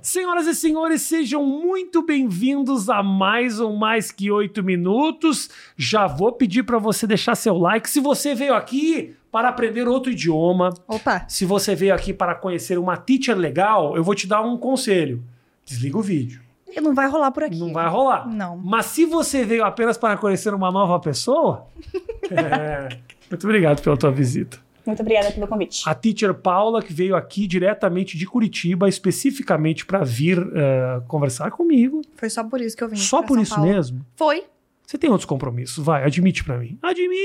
Senhoras e senhores, sejam muito bem-vindos a mais um Mais Que Oito Minutos. Já vou pedir para você deixar seu like. Se você veio aqui para aprender outro idioma, Opa, se você veio aqui para conhecer uma teacher legal, eu vou te dar um conselho. Desliga o vídeo. não vai rolar por aqui. Não vai rolar. Não. Mas se você veio apenas para conhecer uma nova pessoa... é, Muito obrigado pela tua visita. Muito obrigada pelo convite. A teacher Paula, que veio aqui diretamente de Curitiba, especificamente para vir eh, conversar comigo. Foi só por isso que eu vim. Só pra por São isso Paulo. mesmo? Foi. Você tem outros compromissos, vai, admite pra mim. Admite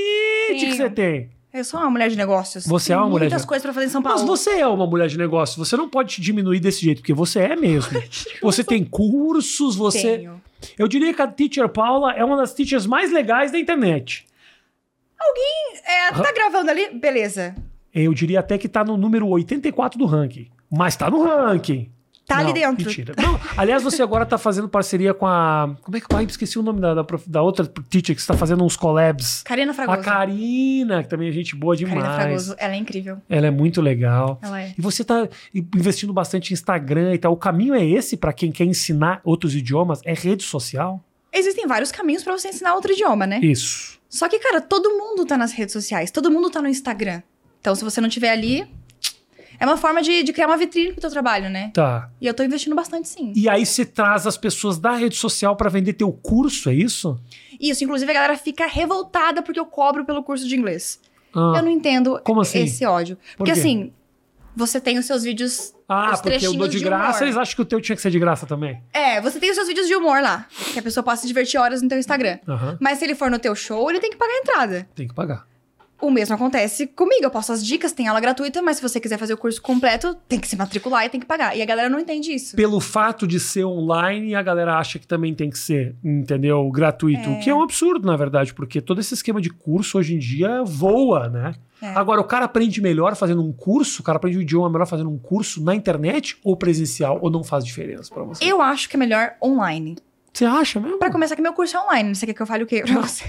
Sim. que você tem. Eu sou uma mulher de negócios. Você Tem é uma mulher de- Muitas coisas pra fazer em São Mas Paulo. você é uma mulher de negócio, você não pode te diminuir desse jeito, porque você é mesmo. Você tem cursos, você. Tenho. Eu diria que a teacher Paula é uma das teachers mais legais da internet. É, tá gravando ali? Beleza. Eu diria até que tá no número 84 do ranking. Mas tá no ranking. Tá ali Não, dentro. Mentira. Não, aliás, você agora tá fazendo parceria com a. Como é que. Ai, esqueci o nome da, da, prof- da outra teacher que você tá fazendo uns collabs. Karina Fragoso. A Karina, que também é gente boa Ah, demais. Karina Fragoso, ela é incrível. Ela é muito legal. Ela é. E você tá investindo bastante em Instagram e tal. O caminho é esse pra quem quer ensinar outros idiomas? É rede social? Existem vários caminhos pra você ensinar outro idioma, né? Isso. Só que, cara, todo mundo tá nas redes sociais, todo mundo tá no Instagram. Então, se você não tiver ali, é uma forma de, de criar uma vitrine pro teu trabalho, né? Tá. E eu tô investindo bastante, sim. E aí você traz as pessoas da rede social pra vender teu curso, é isso? Isso, inclusive a galera fica revoltada porque eu cobro pelo curso de inglês. Ah. Eu não entendo Como assim? esse ódio. Por porque quê? assim, você tem os seus vídeos. ah, os porque eu dou trechinhos de de graça, humor. eles acham que o teu tinha que ser de graça também. É, você tem os seus vídeos de humor lá. Que a pessoa possa se divertir horas no teu Instagram. Aham. Mas se ele for no teu show, ele tem que pagar a entrada. Tem que pagar. O mesmo acontece comigo. Eu posto as dicas, tem aula gratuita, mas se você quiser fazer o curso completo, tem que se matricular e tem que pagar. E a galera não entende isso. pelo fato de ser online, a galera acha que também tem que ser, entendeu? Gratuito. O que é um absurdo, na verdade, porque todo esse esquema de curso hoje em dia voa, né? É. Agora, o cara aprende melhor fazendo um curso, o cara aprende o idioma melhor fazendo um curso na internet ou presencial, ou não faz diferença pra você? Eu acho que é melhor online. Você acha mesmo? Pra começar, que meu curso é online. Você quer que eu fale o quê pra você?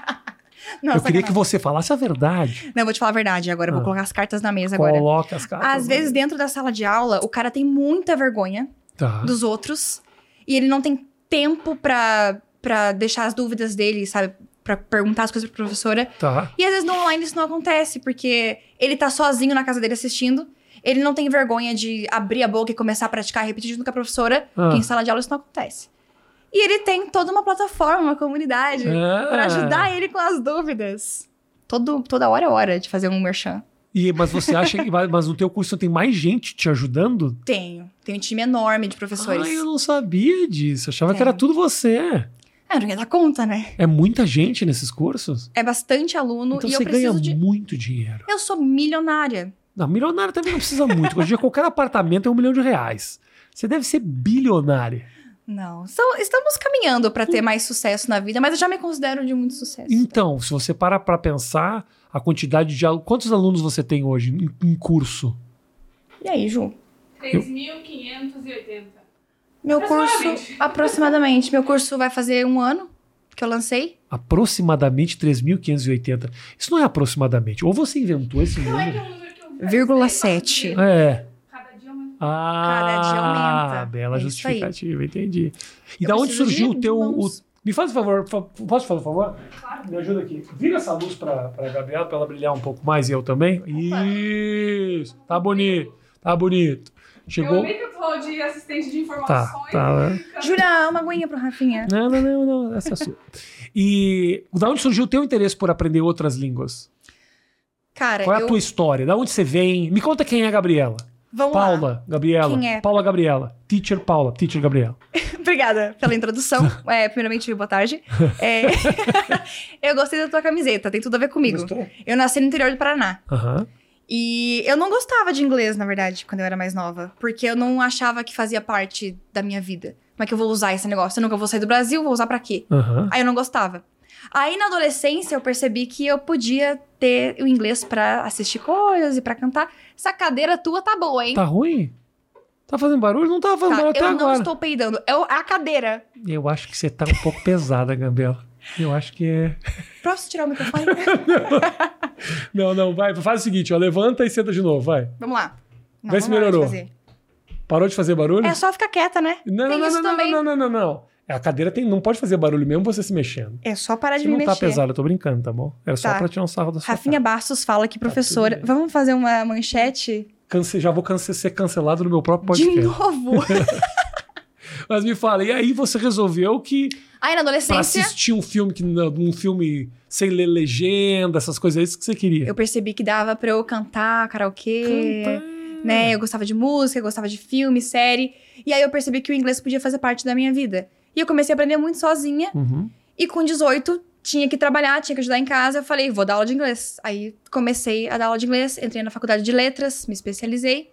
não, eu queria sacanagem. que você falasse a verdade. Não, eu vou te falar a verdade agora. eu Ah. Vou colocar as cartas na mesa agora. Coloque as cartas. Às vezes, né? dentro da sala de aula, o cara tem muita vergonha Tá. dos outros e ele não tem tempo pra, pra deixar as dúvidas dele, sabe? Pra perguntar as coisas pra professora. Tá. E às vezes no online isso não acontece, porque ele tá sozinho na casa dele assistindo, ele não tem vergonha de abrir a boca e começar a praticar repetir junto com a professora, Ah. que em sala de aula isso não acontece. E ele tem toda uma plataforma, uma comunidade, É. pra ajudar ele com as dúvidas. Todo, toda hora é hora de fazer um merchan. E, mas você acha que. vai- Mas no teu curso tem mais gente te ajudando? Tenho. Tenho um time enorme de professores. É. Ah, eu não sabia disso. Achava que Tem. era tudo você. Ah, não ia dar conta, né? É muita gente nesses cursos? É bastante aluno Então e eu você ganha preciso de. muito dinheiro. Eu sou milionária. Não, milionário também não precisa muito. Hoje em dia, qualquer apartamento é um milhão de reais. Você deve ser bilionário. Não. São- estamos caminhando pra Hum. ter mais sucesso na vida, mas eu já me considero de muito sucesso. Então, se você para pra pensar a quantidade de alunos. Quantos alunos você tem hoje em, em curso? E aí, Ju? 3.580. Meu curso, Aproximadamente. aproximadamente. Meu curso vai fazer um ano que eu lancei. Aproximadamente 3.580. Isso não é aproximadamente. Ou você inventou esse Não é que número. é um número que eu Vírgula sei, só que sete. É. Cada dia é uma... Ah, dia aumenta. bela É isso aí. justificativa, entendi. E Eu da onde preciso surgiu de o teu. o- mãos. Me faz um favor, fa- posso fazer um favor? Me ajuda aqui. Vira essa luz pra, pra Gabriela, pra ela brilhar um pouco mais e eu também. Isso! Tá bonito, tá bonito. Eu Chegou. amei que eu tô de assistente Tá, de informações. tá. né? Júlia, uma aguinha pro Rafinha. Não, não, não, não, essa é a sua. E da onde surgiu o teu interesse por aprender outras línguas? Cara, Qual é a eu. tua história? Da onde você vem? Me conta quem é a Gabriela. Vamos lá. Paula, Gabriela. Quem é? Paula Gabriela. Teacher Paula, Teacher Gabriela. Obrigada pela introdução. É, primeiramente, boa tarde. É, eu gostei da tua camiseta, tem tudo a ver comigo. Gostou? Eu nasci no interior do Paraná. Aham. E eu não gostava de inglês, na verdade, quando eu era mais nova. Porque eu não achava que fazia parte da minha vida. Como é que eu vou usar esse negócio? Eu nunca vou sair do Brasil, vou usar pra quê? Aham. Aí eu não gostava. Aí na adolescência eu percebi que eu podia ter o inglês pra assistir coisas e pra cantar. Essa cadeira tua tá boa, hein? Tá ruim? Tá fazendo barulho? Não tava fazendo Tá, eu barulho até não agora. estou peidando. É o- a cadeira. Eu acho que você tá um pouco pesada, Gabriela. Eu acho que é. Posso tirar o microfone? Não, não, vai. Faz o seguinte, ó. Levanta e senta de novo, vai. vamos lá. Vê se vamos lá, melhorou. deixa eu fazer. Parou de fazer barulho? É só ficar quieta, né? Não, não, Tem não, isso não, não, também. não, não, não, não. É, A cadeira tem, não pode fazer barulho mesmo você se mexendo. É só parar Você de me não tá mexer. pesado, eu tô brincando, tá bom? Era só Tá. pra tirar um sarro da sua Rafinha Bastos fala que, professora, tudo bem. vamos fazer uma manchete cara. Cance- Já vou cance- ser cancelado no meu próprio de podcast. novo. Mas me fala, e aí você resolveu que Aí na pra adolescência, assistir um filme que não- um filme sem ler legenda, essas coisas, é isso que você queria? eu percebi que dava pra eu cantar, karaokê. né? Eu gostava de música, eu gostava de filme, série. E aí eu percebi que o inglês podia fazer parte da minha vida. E eu comecei a aprender muito sozinha. Uhum. E com 18, tinha que trabalhar, tinha que ajudar em casa. Eu falei, vou dar aula de inglês. Aí comecei a dar aula de inglês, entrei na faculdade de letras, me especializei.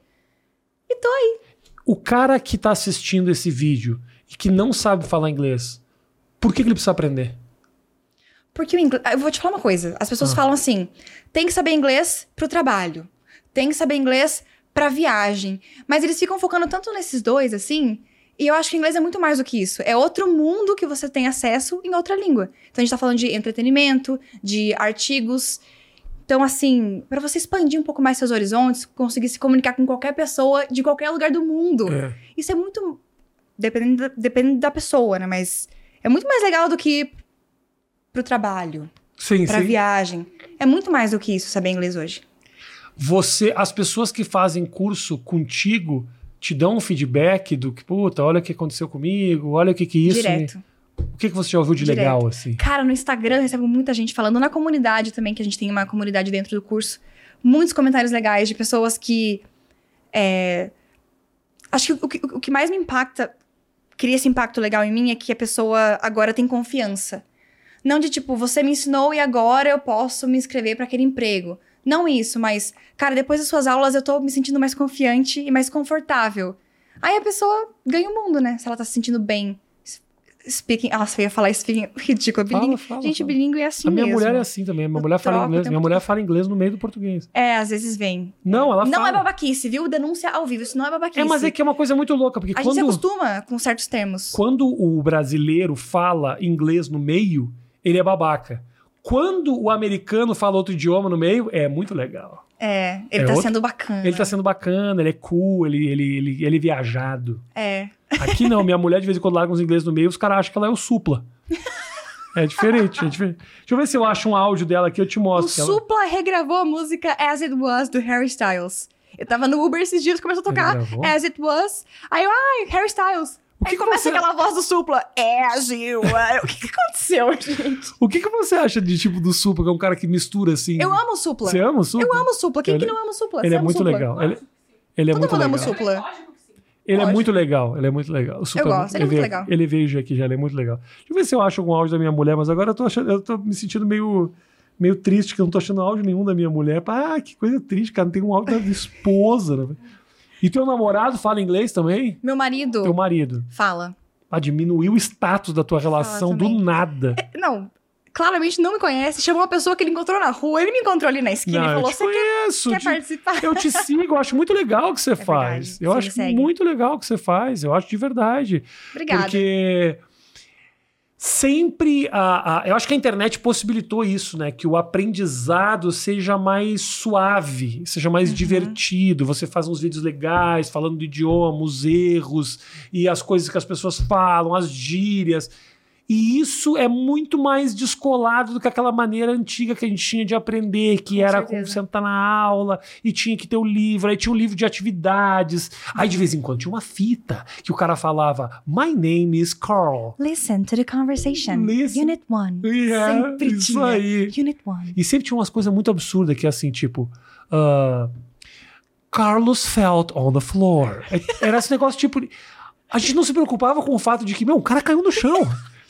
O cara que tá assistindo esse vídeo e que não sabe falar inglês, por que, que ele precisa aprender? Porque o inglês. Eu vou te falar uma coisa. As pessoas Ah. falam assim: tem que saber inglês pro trabalho, tem que saber inglês pra viagem. Mas eles ficam focando tanto nesses dois, assim. E eu acho que o inglês é muito mais do que isso. É outro mundo que você tem acesso em outra língua. Então a gente tá falando de entretenimento, de artigos. Então, assim, pra você expandir um pouco mais seus horizontes, conseguir se comunicar com qualquer pessoa de qualquer lugar do mundo. É. Isso é muito. Dependendo da, dependendo da pessoa, né? Mas é muito mais legal do que pro trabalho, Sim, pra sim. viagem. É muito mais do que isso saber inglês hoje. você, as pessoas que fazem curso contigo te dão um feedback do que, puta, olha o que aconteceu comigo, olha o que que isso. me- Direto. O que que você já ouviu de Direto. legal, assim? Cara, no Instagram eu recebo muita gente falando, na comunidade também, que a gente tem uma comunidade dentro do curso. Muitos comentários legais de pessoas que. é, acho que o, que o que mais me impacta, cria esse impacto legal em mim, é que a pessoa agora tem confiança. Não de tipo, você me ensinou e agora eu posso me inscrever pra aquele emprego. Não isso, mas, cara, depois das suas aulas eu tô me sentindo mais confiante e mais confortável. Aí a pessoa ganha o mundo, né? Se ela tá se sentindo bem. Speaking. Nossa, eu ia falar speaking. Ridículo. Fala, Bilingue. fala, Gente, fala. bilíngue é assim a minha mesmo. mulher é assim também. A minha Eu mulher fala troco o inglês. tempo Minha mulher fala inglês no meio do português. É, às vezes vem. Não, ela não fala. é babaquice, viu? Denúncia ao vivo. Isso não é babaquice. É, mas é que é uma coisa muito louca, porque A gente se quando, acostuma com certos termos. quando o brasileiro fala inglês no meio, ele é babaca. Quando o americano fala outro idioma no meio, é muito legal. É, ele É tá outro- sendo bacana. Ele tá sendo bacana, ele é cool, ele, ele, ele, ele é viajado. É. Aqui não, minha mulher de vez em quando larga uns ingleses no meio, os caras acham que ela é o supla. É diferente, é diferente. Deixa eu ver se eu acho um áudio dela aqui, eu te O mostro. que ela- Supla regravou a música As It Was, do Harry Styles. Eu tava no Uber esses dias, começou a tocar Regravou? As It Was. Aí eu, ai, Harry Styles. O que Aí que começa você- aquela voz do Supla. As It Was. o que, que aconteceu, gente? O que, que você acha de tipo do supla, que é um cara que mistura assim? Eu amo o Supla. Você ama o supla? Eu amo o Supla. Quem Ele- que não ama o Supla? Ele Você é ama o muito Supla? legal. Ele, ele é Todo muito mundo ama legal. o Supla. Lógico que sim. Ele é Lógico. muito legal, ele é muito legal. O Supla é gosto, ele é muito veio- legal. Ele veio aqui já, ele é muito legal. Deixa eu ver se eu acho algum áudio da minha mulher, mas agora eu tô, achando- eu tô me sentindo meio, meio triste, que eu não tô achando áudio nenhum da minha mulher. Ah, que coisa triste, cara, não tem um áudio da esposa. né? E teu namorado fala inglês também? Meu marido Teu marido. fala. Ah, diminuiu o status da tua relação do também. nada. É, Não, claramente não me conhece. Chamou uma pessoa que ele encontrou na rua. Ele me encontrou ali na esquina Não, e eu falou: te Você quer, conheço. quer te- participar? Eu te sigo, eu acho muito legal o que você faz. verdade, Eu você acho me segue. muito legal o que você faz. Eu acho de verdade. Obrigada. Porque sempre a, a- eu acho que a internet possibilitou isso, né? Que o aprendizado seja mais suave, seja mais divertido. Você faz uns vídeos legais falando do idioma, os erros e as coisas que as pessoas falam, as gírias. E isso é muito mais descolado do que aquela maneira antiga que a gente tinha de aprender, que era com certeza. sentar na aula e tinha que ter o livro, aí tinha um livro de atividades. Aí de vez em quando tinha uma fita que o cara falava: My name is Carl. Listen to the conversation. Listen. Unit 1. E é Sempre isso tinha. aí. Unit 1. E sempre tinha umas coisas muito absurdas que é assim, tipo. ah, Carlos felt on the floor. É- Era esse negócio tipo. A gente não se preocupava com o fato de que, meu, o cara caiu no chão.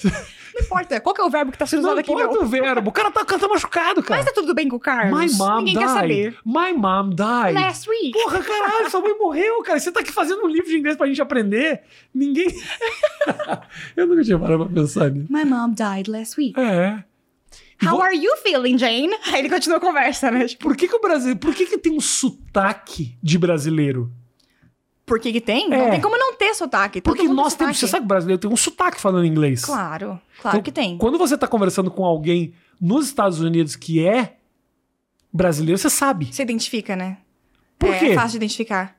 Não importa. Qual que é o verbo que tá sendo Não usado aqui, importa meu? o verbo. O cara tá, o cara tá machucado, Mas cara. tá tudo bem com o Carlos? My mom Ninguém died. quer saber. My mom died. Last week. Porra, caralho, sua mãe morreu, cara. Você tá aqui fazendo um livro de inglês pra gente aprender? Ninguém. Eu nunca tinha parado pra pensar nisso. My mom died last week. É. E How vo- are you feeling, Jane? Aí ele continua a conversa, né? Tipo, Por que, que o Brasil. Por que, que tem um sotaque de brasileiro? por que que tem? Não É. tem como não ter sotaque. Todo Porque mundo tem nós temos. Você sotaque. sabe que o brasileiro tem um sotaque falando inglês. Claro, claro Então, que tem. Quando você tá conversando com alguém nos Estados Unidos que é brasileiro, você sabe. Você identifica, né? Por é quê? fácil de identificar.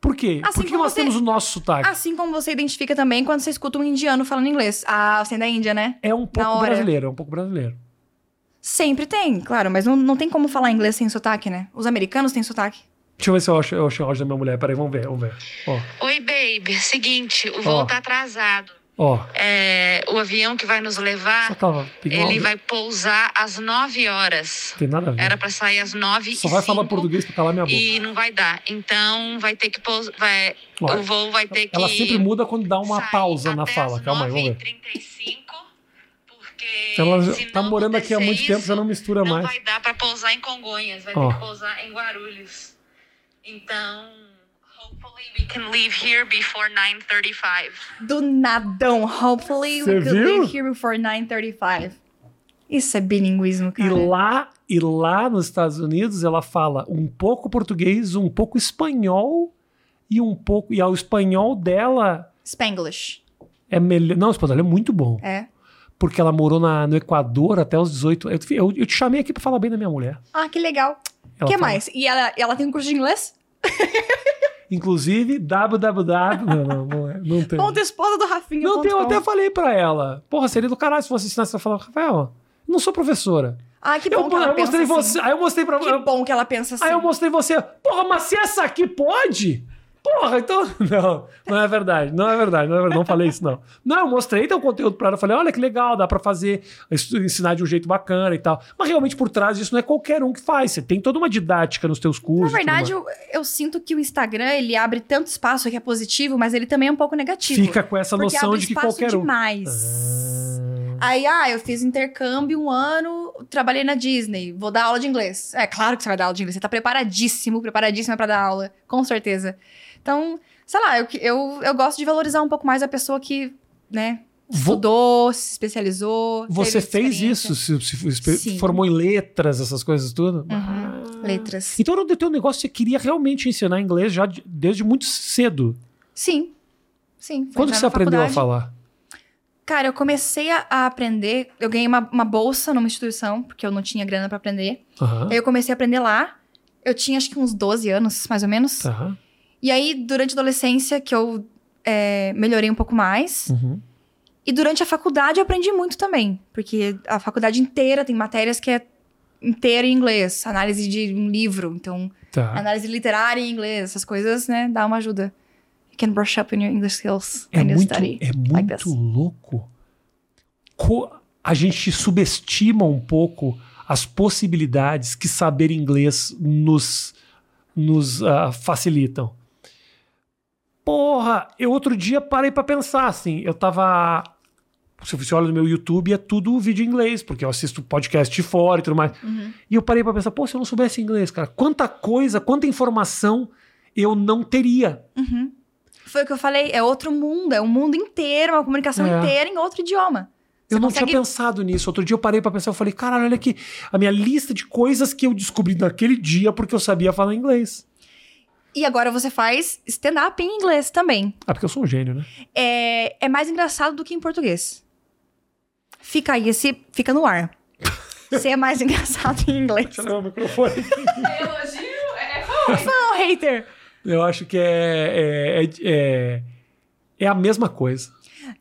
Por quê? Assim Por que como nós você- temos o nosso sotaque? Assim como você identifica também quando você escuta um indiano falando inglês. Ah, você é da Índia, né? é um pouco hora. brasileiro, é um pouco brasileiro. Sempre tem, claro, mas não, não tem como falar inglês sem sotaque, né? Os americanos têm sotaque. Deixa eu ver se eu acho, eu acho o áudio da minha mulher. Peraí, vamos ver, vamos ver. Ó, Oi, baby. Seguinte, o voo Ó. tá atrasado. ó. É, o avião que vai nos Só levar, tava. tem É, ele uma- vai pousar às 9 horas. Tem nada a ver. Era pra sair às 9 Só e vai falar cinco português pra calar minha boca. E não vai dar. Então vai ter que pousar. Vai, Ó, o voo vai ter que. Ela sempre muda quando dá uma sair pausa na até fala. às Calma aí, vamos ver. 9h35, porque. Ela se já tá não morando aqui há acontecer muito tempo, isso, já não mistura Não mais. vai dar pra pousar em Congonhas, vai Ó. ter que pousar em Guarulhos. Então, hopefully we can leave here before 9:35. Do nadão. Hopefully Cê we could viu? leave here before 9:35. Isso é bilinguismo, E cara. lá, e lá nos Estados Unidos, ela fala um pouco português, um pouco espanhol e um pouco. E ao espanhol dela Spanglish. é melhor. Não, o espanhol é muito bom. É. Porque ela morou na- no Equador até os 18. Eu, eu- eu te chamei aqui pra falar bem da minha mulher. Ah, que legal. O Ela que fala- mais? E ela, ela tem um curso de inglês? Inclusive, www. Não, não, não, é, não tem. Ponto esposa do Rafinha. Não tem, eu ponto com. até falei pra ela. Porra, seria do caralho se você ensinasse a falar, Rafael, eu não sou professora. Ah, que Eu, bom que ela eu pensa mostrei assim. você. Aí eu mostrei pra Que bom que ela pensa assim. Aí eu mostrei você. Porra, mas se essa aqui pode? Porra, então. Não, não é verdade. Não é verdade. Não, é verdade, não falei isso, não. Não, eu mostrei então o conteúdo pra ela. Eu falei, olha que legal, dá pra fazer, estu- ensinar de um jeito bacana e tal. Mas realmente por trás disso não é qualquer um que faz. Você tem toda uma didática nos teus Na cursos. e tudo verdade, mais. eu, eu sinto que o Instagram, ele abre tanto espaço que é positivo, mas ele também é um pouco negativo. fica com essa porque noção abre de que espaço qualquer um. demais. Aí, ah, eu fiz intercâmbio um ano, trabalhei na Disney, vou dar aula de inglês. É claro que você vai dar aula de inglês, você tá preparadíssimo, preparadíssima pra dar aula, com certeza. Então, sei lá, eu, eu, eu gosto de valorizar um pouco mais a pessoa que, né, Vo- estudou, se especializou. Você teve fez experiência. isso, se, se- se Sim. formou em letras, essas coisas tudo? Uhum. Letras. Então era o teu negócio, você queria realmente ensinar inglês já de- desde muito cedo. Sim. Sim. foi Quando já que na você aprendeu a faculdade. falar? Cara, eu comecei a, a aprender. Eu ganhei uma, uma bolsa numa instituição, porque eu não tinha grana pra aprender. Aham. Aí eu comecei a aprender lá. Eu tinha acho que uns 12 anos, mais ou menos. Tá. E aí, durante a adolescência, que eu é, melhorei um pouco mais. Uhum. E durante a faculdade eu aprendi muito também. Porque a faculdade inteira tem matérias que é inteira em inglês. Análise de um livro. Então, Tá. análise literária em inglês. Essas coisas, né? Dá uma ajuda. You can brush up in your English skills. É when you muito, study é like muito this. louco. Co- a gente subestima um pouco as possibilidades que saber inglês nos, nos ah, facilitam. Porra, eu outro dia parei pra pensar assim. Eu tava. Se você olha no meu YouTube, é tudo vídeo em inglês, porque eu assisto podcast de fora e tudo mais. E eu parei pra pensar, pô, se eu não soubesse inglês, cara, quanta coisa, quanta informação eu não teria. Uhum. Foi o que eu falei, é outro mundo, é um mundo inteiro, uma comunicação É. inteira em outro idioma. Eu Você não consegue- tinha pensado nisso. Outro dia eu parei pra pensar, eu falei, caralho, olha aqui, a minha lista de coisas que eu descobri naquele dia porque eu sabia falar inglês. E agora você faz stand-up em inglês também. Ah, porque eu sou um gênio, né? É, é mais engraçado do que em português. Fica aí, esse fica no ar. Você é mais engraçado em inglês. Deixa eu levar o microfone. É elogio? É fã. Não, hater! Eu acho que é é, é, é- é a mesma coisa.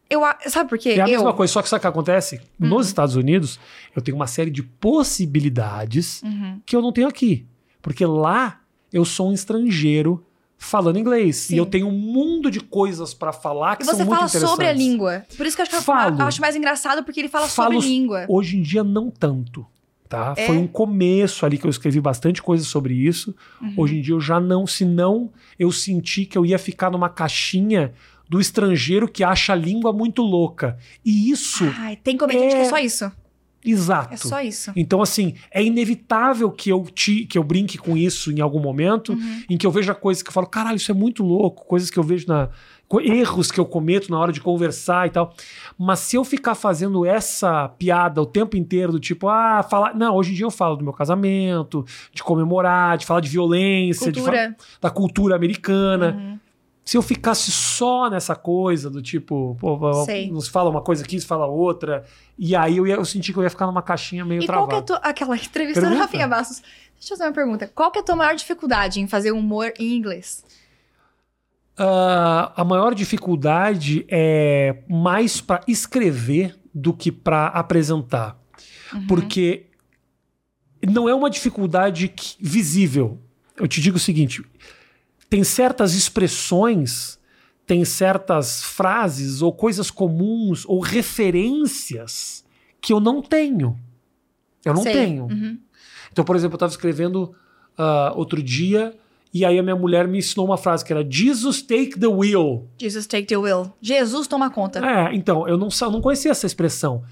Eu, a- sabe por quê? É a eu, Hum. mesma coisa, só que sabe o que acontece? Nos Estados Unidos, eu tenho uma série de possibilidades Uhum. que eu não tenho aqui. Porque lá eu sou um estrangeiro falando inglês. Sim. E eu tenho um mundo de coisas pra falar que E são você muito fala interessantes. sobre a língua. Por isso que eu acho, que eu- Falo. eu acho mais engraçado, porque ele fala Falo- sobre língua. Hoje em dia, não tanto. Tá? É? Foi um começo ali que eu escrevi bastante coisa sobre isso. Uhum. Hoje em dia eu já não, se não, eu senti que eu ia ficar numa caixinha do estrangeiro que acha a língua muito louca. E isso, Ai, tem comediante que é É. só isso. exato. É só isso. Então, assim, é inevitável que eu te, que eu brinque com isso em algum momento, Uhum. em que eu veja coisas que eu falo, caralho, isso é muito louco, coisas que eu vejo na. co- erros que eu cometo na hora de conversar e tal. Mas se eu ficar fazendo essa piada o tempo inteiro, do tipo, ah, falar. Não, hoje em dia eu falo do meu casamento, de comemorar, de falar de violência, de fa- Cultura. da cultura americana. Uhum. Se eu ficasse só nessa coisa do tipo, pô, Sei. não se fala uma coisa aqui, se fala outra, e aí eu, ia, eu senti que eu ia ficar numa caixinha meio E travada. qual que é a tua, aquela entrevista do Pergunta. Rafinha Bastos? Deixa eu fazer uma pergunta. Qual que é a tua maior dificuldade em fazer humor em inglês? ah, a maior dificuldade é mais para escrever do que para apresentar. Uhum. Porque não é uma dificuldade que- visível. Eu te digo o seguinte: tem certas expressões, tem certas frases ou coisas comuns ou referências que eu não tenho. Eu não Sei. tenho. Uhum. Então, por exemplo, eu estava escrevendo ah, outro dia e aí a minha mulher me ensinou uma frase que era Jesus take the wheel. Jesus take the will. Jesus toma conta. É, então, eu não, sa- não conhecia essa expressão.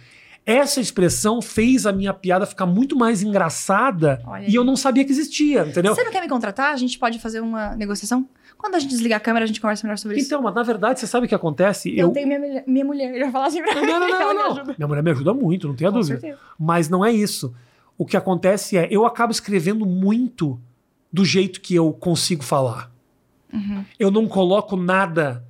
Essa expressão fez a minha piada ficar muito mais engraçada Olha e eu não sabia que existia, entendeu? Você não quer me contratar? A gente pode fazer uma negociação? Quando a gente desligar a câmera, a gente conversa melhor sobre isso. Então, mas na verdade, você sabe o que acontece? Eu, tenho minha, mulher- minha mulher. Ele vai falar assim pra mim. Não, não, ela não, me não, ajuda. não. Minha mulher me ajuda muito, não tenha Com dúvida. certeza. Mas não é isso. O que acontece é, eu acabo escrevendo muito do jeito que eu consigo falar. Uhum. Eu não coloco nada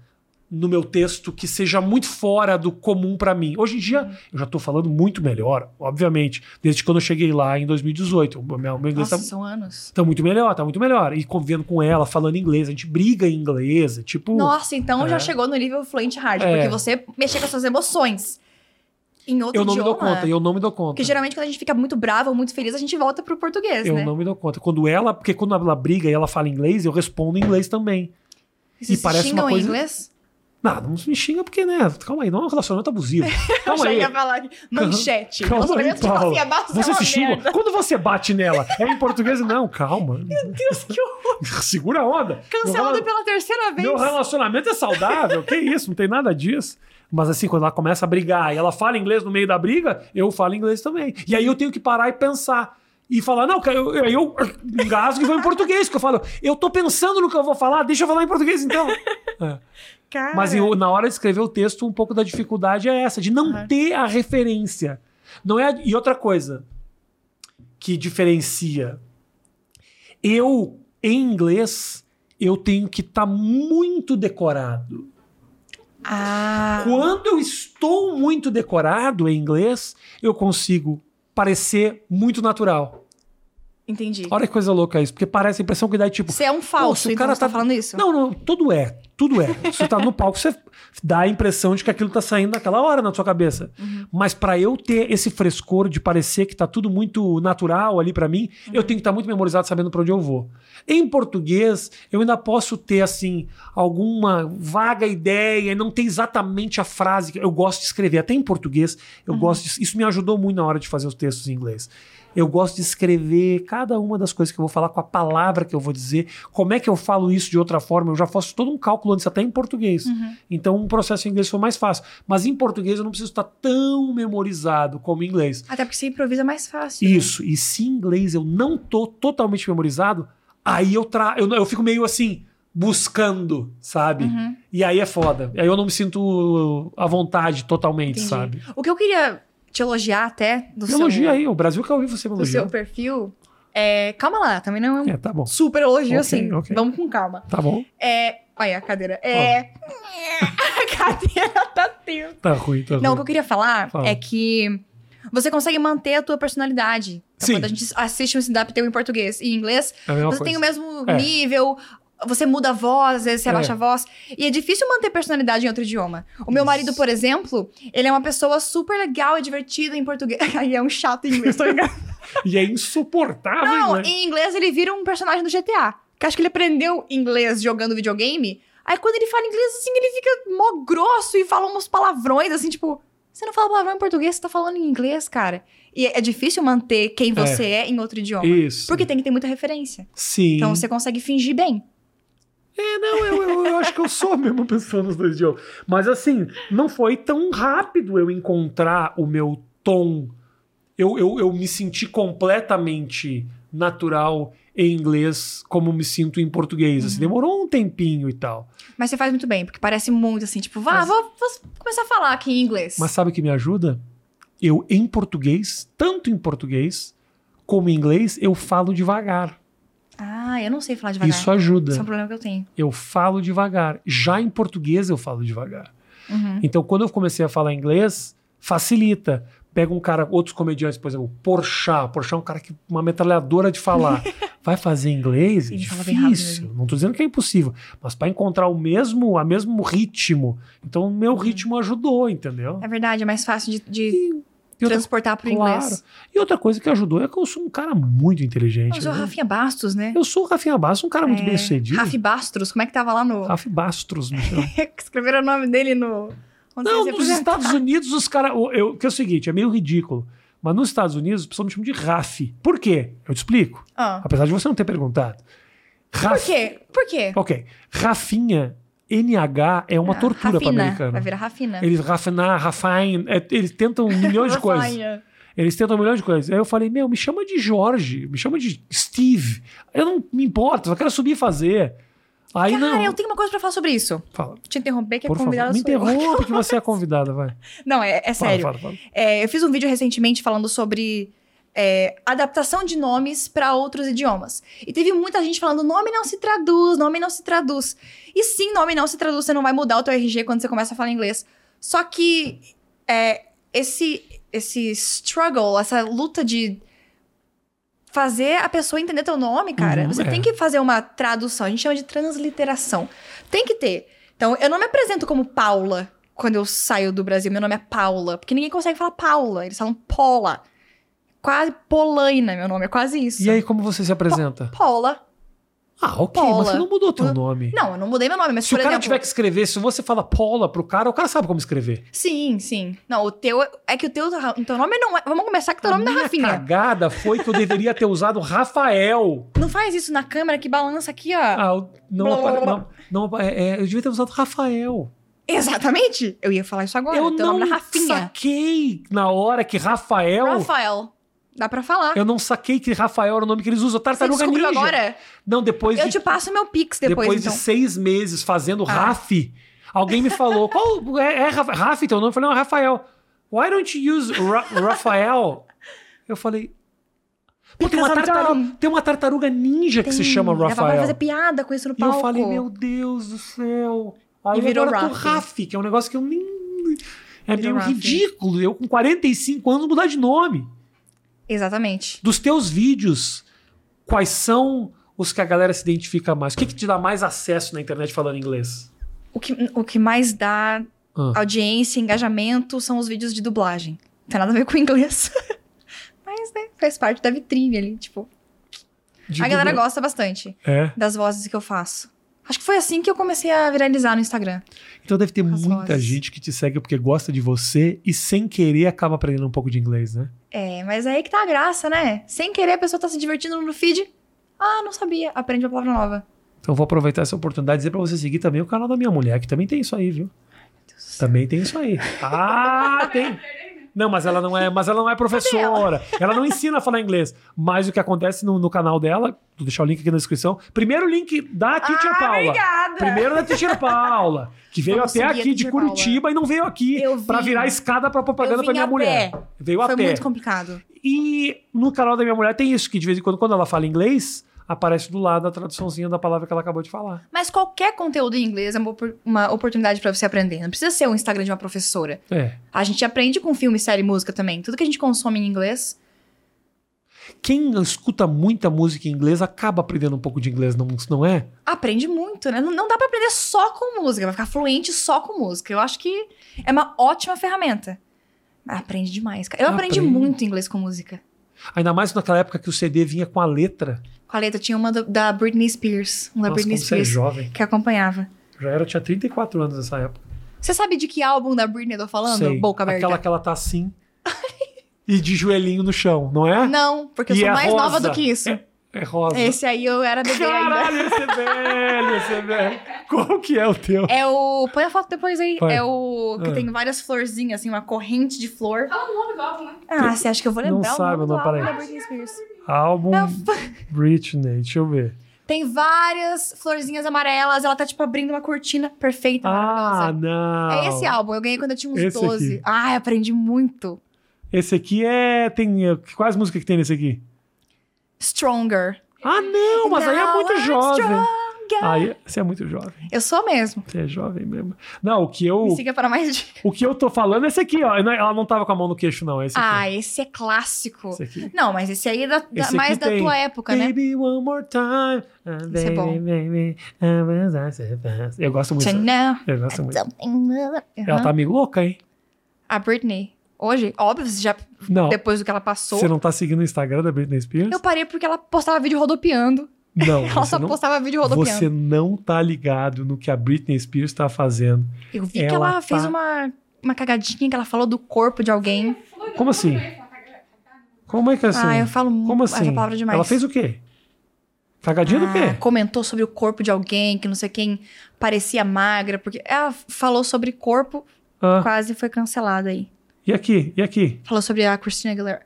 no meu texto que seja muito fora do comum pra mim. Hoje em dia, Uhum. eu já tô falando muito melhor, obviamente, desde quando eu cheguei lá em 2018. O meu, meu inglês Nossa, tá, são anos. tá muito melhor, tá muito melhor. E convivendo com ela, falando inglês, a gente briga em inglês, é tipo... Nossa, então é. já chegou no nível fluente hard. É. Porque você mexer com as suas emoções em outro eu não idioma. né? me dou conta, eu não me dou conta. Porque geralmente quando a gente fica muito bravo ou muito feliz, a gente volta pro português, Eu né? não me dou conta. Quando ela, porque quando ela briga e ela fala inglês, eu respondo em inglês também. E vocês e parece xingam uma coisa- em inglês? Não, não me xinga porque, né? Calma aí, não é um relacionamento abusivo. Eu Calma já aí. ia falar aqui, manchete. Calma Nossa, aí, eu, tipo Paula. assim, abaixo Você é se uma xinga? merda. Quando você bate nela? É em português? Não, calma. Meu Deus, que horror. Segura a onda. Meu Cancelado rela- pela terceira vez. Meu relacionamento é saudável, que isso, não tem nada disso. Mas assim, quando ela começa a brigar e ela fala inglês no meio da briga, eu falo inglês também. E aí eu tenho que parar e pensar. E falar, não, cara, eu, aí eu engasgo e vou em português, que eu falo, eu tô pensando no que eu vou falar, deixa eu falar em português então. Cara. Mas eu- na hora de escrever o texto, um pouco da dificuldade é essa, de não Aham. ter a referência. Não é a- e outra coisa que diferencia. Eu, em inglês, eu tenho que estar muito decorado. Ah. Quando eu estou muito decorado em inglês, eu consigo parecer muito natural. Entendi. Olha que coisa louca isso, porque parece a impressão que dá tipo, Você é um falso, Pô, se o então cara você tá tá- falando isso? Não, não, tudo é. Tudo é. Você tá no palco, você dá a impressão de que aquilo tá saindo naquela hora na sua cabeça. Mas pra eu ter esse frescor de parecer que tá tudo muito natural ali pra mim, eu tenho que estar muito memorizado sabendo pra onde eu vou. Em português, eu ainda posso ter assim alguma vaga ideia, e não ter exatamente a frase que eu gosto de escrever, até em português, eu gosto de, isso me ajudou muito na hora de fazer os textos em inglês. Eu gosto de escrever cada uma das coisas que eu vou falar com a palavra que eu vou dizer. Como é que eu falo isso de outra forma? Eu já faço todo um cálculo antes, até em português. Uhum. Então, um processo em inglês foi mais fácil. Mas em português eu não preciso estar tão memorizado como em inglês. Até porque você improvisa mais fácil. né? Isso. E se em inglês eu não tô totalmente memorizado, aí eu, tra eu, eu fico meio assim, buscando, sabe? Uhum. E aí é foda. Aí eu não me sinto à vontade totalmente, Entendi. sabe? O que eu queria te elogiar até do, Me seu, Elogia aí. O Brasil quer ouvir você me do seu elogiar. perfil é. Calma lá, também não é um É, tá bom. super elogio Ok, assim. ok. Vamos com calma. Tá bom. É. Olha a cadeira. É. A cadeira tá tensa. Tá ruim, tá ruim. Não, o que eu queria falar Fala. é que você consegue manter a tua personalidade. Então, Sim. Quando a gente assiste um stand-up teu em português e em inglês, É a mesma você coisa. tem o mesmo É. nível. Você muda a voz, às vezes você É. abaixa a voz. E é difícil manter personalidade em outro idioma. O meu marido, por exemplo, ele é uma pessoa super legal e divertida em português. Aí é um chato em inglês, tô ligado. E é insuportável, Não, né? em inglês ele vira um personagem do GTA. Que acho que ele aprendeu inglês jogando videogame. Aí quando ele fala inglês, assim, ele fica mó grosso e fala uns palavrões, assim, tipo... Você não fala palavrão em português, você tá falando em inglês, cara. E é é difícil manter quem você é, em outro idioma. Isso. Porque tem que ter muita referência. Sim. Então você consegue fingir bem. É, não, eu, eu- eu acho que eu sou a mesma pessoa nos dois idiomas. Mas assim, não foi tão rápido eu encontrar o meu tom. Eu, eu, eu me senti completamente natural em inglês como me sinto em português. Uhum. Assim, demorou um tempinho e tal. Mas você faz muito bem, porque parece muito assim, tipo, vá, Mas- vou, vou começar a falar aqui em inglês. Mas sabe o que me ajuda? Eu, em português, tanto em português como em inglês, eu falo devagar. Ah, eu não sei falar devagar. Isso ajuda. Isso é um problema que eu tenho. eu falo devagar. Já em português eu falo devagar. Uhum. Então, quando eu comecei a falar inglês, facilita. Pega um cara, outros comediantes, por exemplo, Porchat. Porchat é um cara que uma metralhadora de falar. Vai fazer inglês? É Ele fala bem rápido né? difícil. Não estou dizendo que é impossível, mas para encontrar o mesmo, a mesmo ritmo. Então, o Uhum. meu ritmo ajudou, entendeu? É verdade, é mais fácil de, de E, e outra, transportar pro claro. inglês. e outra coisa que ajudou é que eu sou um cara muito inteligente. Mas o né? Rafinha Bastos, né? Eu sou o Rafinha Bastos, um cara muito É, bem sucedido. Rafi Bastos, como é que tava lá no. Rafi Bastos, me chama. Escreveram o nome dele no. onde Não, você nos apresenta- Estados Unidos os caras. Que é o seguinte, é meio ridículo. Mas nos Estados Unidos o pessoal me chama de Raf. Por quê? Eu te explico. Ah. Apesar de você não ter perguntado. Raf... Por quê? Por quê? Ok. Rafinha, NH, é uma Ah, tortura para Rafina. americano. Vai virar Rafina. Eles rafinar, rafine, é, eles tentam milhões de coisas. Rafinha. Eles tentam milhões de coisas. Aí eu falei, meu, me chama de Jorge, me chama de Steve. Eu não me importo, eu quero subir e fazer. Aí Cara, não. eu tenho uma coisa pra falar sobre isso. Fala, Te interromper, que é por favor, convidada me sou eu. interrompe que você é convidada, vai. Não, é, é sério. Fala, fala, fala. É, eu fiz um vídeo recentemente falando sobre é, adaptação de nomes para outros idiomas. E teve muita gente falando: nome não se traduz, nome não se traduz. E sim, nome não se traduz, você não vai mudar o teu RG quando você começa a falar inglês. Só que é, esse, esse struggle, essa luta de fazer a pessoa entender teu nome, cara, Uhum, você é. tem que fazer uma tradução. A gente chama de transliteração. Tem que ter. Então, eu não me apresento como Paula quando eu saio do Brasil. Meu nome é Paula. Porque ninguém consegue falar Paula. Eles falam Paula. Quase Polaina, meu nome. É quase isso. E aí, como você se apresenta? Paula. Ah, ok, mas Paula. você não mudou teu Não, nome. Não, eu não mudei meu nome, mas se o por cara exemplo. tiver que escrever, se você fala Paula pro cara, o cara sabe como escrever. Sim, sim. Não, o teu. É que o teu. O teu nome não é. Vamos começar com o teu a nome da minha Rafinha. cagada foi que eu deveria ter usado Rafael. Não faz isso na câmera que balança aqui, ó. Ah, eu- não, Blá, blá, apare- blá. não, não apa- é, é, eu devia ter usado Rafael. Exatamente! Eu ia falar isso agora. eu o teu nome não da Rafinha. saquei na hora que Rafael. Rafael. Dá pra falar. Eu não saquei que Rafael era o nome que eles usam. Você Tartaruga descobriu Ninja. agora? Não, depois Eu de te passo meu pix depois, depois, então. de seis meses fazendo Ah. Raf, alguém me falou, qual é, é Rafa- Raf teu nome? Eu falei, não, é Rafael. Why don't you use Ra- Rafael? Eu falei... Pô, tem, Because uma I'm tartaruga, dumb. tem uma tartaruga ninja que se chama Dá pra Rafael. fazer piada com isso no E eu palco. falei, meu Deus do céu. Aí E virou agora eu tô Raf. Raf, que é um negócio que eu nem... É Virou meio Raf. ridículo. Eu com 45 anos mudar de nome. Exatamente. Dos teus vídeos, quais são os que a galera se identifica mais? O que, que te dá mais acesso na internet falando inglês? O que, o que mais dá Ah. audiência, engajamento, são os vídeos de dublagem. Não tem nada a ver com inglês. Mas, né, faz parte da vitrine ali, tipo. De a galera dubla- gosta bastante É. das vozes que eu faço. Acho que foi assim que eu comecei a viralizar no Instagram. Então deve ter As muita vozes. gente que te segue porque gosta de você e sem querer acaba aprendendo um pouco de inglês, né? É, mas aí que tá a graça, né? Sem querer, a pessoa tá se divertindo no feed. Ah, não sabia. Aprende uma palavra nova. Então vou aproveitar essa oportunidade e dizer pra você seguir também o canal da minha mulher, que também tem isso aí, viu? Também tem isso aí. Ah, tem. Não, mas ela não é, mas ela não é professora. Ela não ensina a falar inglês. Mas o que acontece no, no canal dela, vou deixar o link aqui na descrição. Primeiro link da Teacher ah, Paula. obrigada! Primeiro da Teacher Paula, que veio Vamos até seguir a aqui de Teacher Paula. Curitiba e não veio aqui Eu pra vim. virar escada pra Eu propaganda vim pra minha a mulher. pé. Veio a Foi pé. muito complicado. E no canal da minha mulher tem isso, que de vez em quando, quando ela fala inglês, aparece do lado a traduçãozinha da palavra que ela acabou de falar. Mas qualquer conteúdo em inglês é uma, opor- uma oportunidade pra você aprender. Não precisa ser o Instagram de uma professora. É. A gente aprende com filme, série, música também. Tudo que a gente consome em inglês. Quem escuta muita música em inglês acaba aprendendo um pouco de inglês, não, não é? Aprende muito, né? Não, não dá pra aprender só com música, vai ficar fluente só com música. Eu acho que é uma ótima ferramenta. Aprende demais, cara. Eu aprendi Aprende. muito inglês com música. Ainda mais naquela época que o CD vinha com a letra. Com a letra, tinha uma do- da Britney Spears. Uma da Nossa, Britney como você é Spears jovem. que acompanhava. Já era, eu tinha 34 anos nessa época. Você sabe de que álbum da Britney eu tô falando? Sei. Boca aberta. Aquela que ela tá assim e de joelhinho no chão, não é? Não, porque eu E sou é mais rosa. nova do que isso. É, é rosa. Esse aí eu era bebê ainda. Caralho, esse é velho, esse é velho. Qual que é o teu? É o. Põe a foto depois aí. Vai. É o. Que Ah. tem várias florzinhas, assim, uma corrente de flor. Fala o nome do álbum, né? Ah, você acha que eu vou Não lembrar sabe, o nome do não, álbum peraí. da Britney Spears? Álbum Não. Britney, deixa eu ver. Tem várias florzinhas amarelas, ela tá, tipo, abrindo uma cortina perfeita, Ah, maravilhosa. não. É esse álbum, eu ganhei quando eu tinha uns Esse 12. aqui. Ai, aprendi muito. Esse aqui é. Tem. eh, Quais músicas que tem nesse aqui? Stronger. Ah, não, mas aí é Now muito I'm jovem. strong. Amiga! Aí, você é muito jovem. Eu sou mesmo. Você é jovem mesmo. Não, o que eu. Me siga para mais dicas. O que eu tô falando é esse aqui, ó. Ela não tava com a mão no queixo, não. É esse aqui. Ah, esse é clássico. Esse aqui. Não, mas esse aí é da- da- Esse aqui mais da tem. tua época, né? Baby, one more time. Ah, Esse é baby, bom. baby, ah, mas I said fast. Eu gosto muito. Chanel. Eu gosto muito. Uhum. Ela tá meio louca, hein? A Britney, hoje, óbvio, você já, Não. depois do que ela passou, Você não tá seguindo o Instagram da Britney Spears? eu parei porque ela postava vídeo rodopiando. Não. ela você só não... postava vídeo rodopiando. Você não tá ligado no que a Britney Spears tá fazendo. Eu vi que Ela ela tá- fez uma, uma cagadinha que ela falou do corpo de alguém. um Como assim? né? Como é que é assim? ah, eu falo Como muito assim? essa palavra é demais. Ela fez o quê? Cagadinha do Ah, quê? Comentou sobre o corpo de alguém, que não sei quem parecia magra, porque ela falou sobre corpo, Ah, quase foi cancelada aí. e aqui? E aqui? Falou sobre a Christina Aguilera.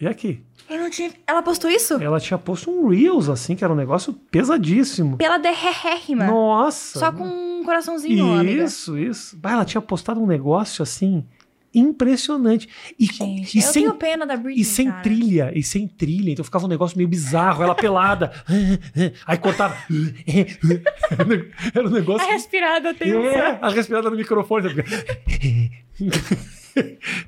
E aqui? Eu não tinha... Ela postou isso? Ela tinha posto um Reels, assim, que era um negócio pesadíssimo. Pela derrérrima. Nossa! né? Só com um coraçãozinho, ó, amiga. Isso, isso. Bah, ela tinha postado um negócio, assim, impressionante. E, Gente, e eu sem, tenho pena da Britney, e sem cara. trilha, e sem trilha. Então ficava um negócio meio bizarro, ela pelada. Aí cortava. era um A negócio... respirada tem um... É, a respirada no microfone. sabe?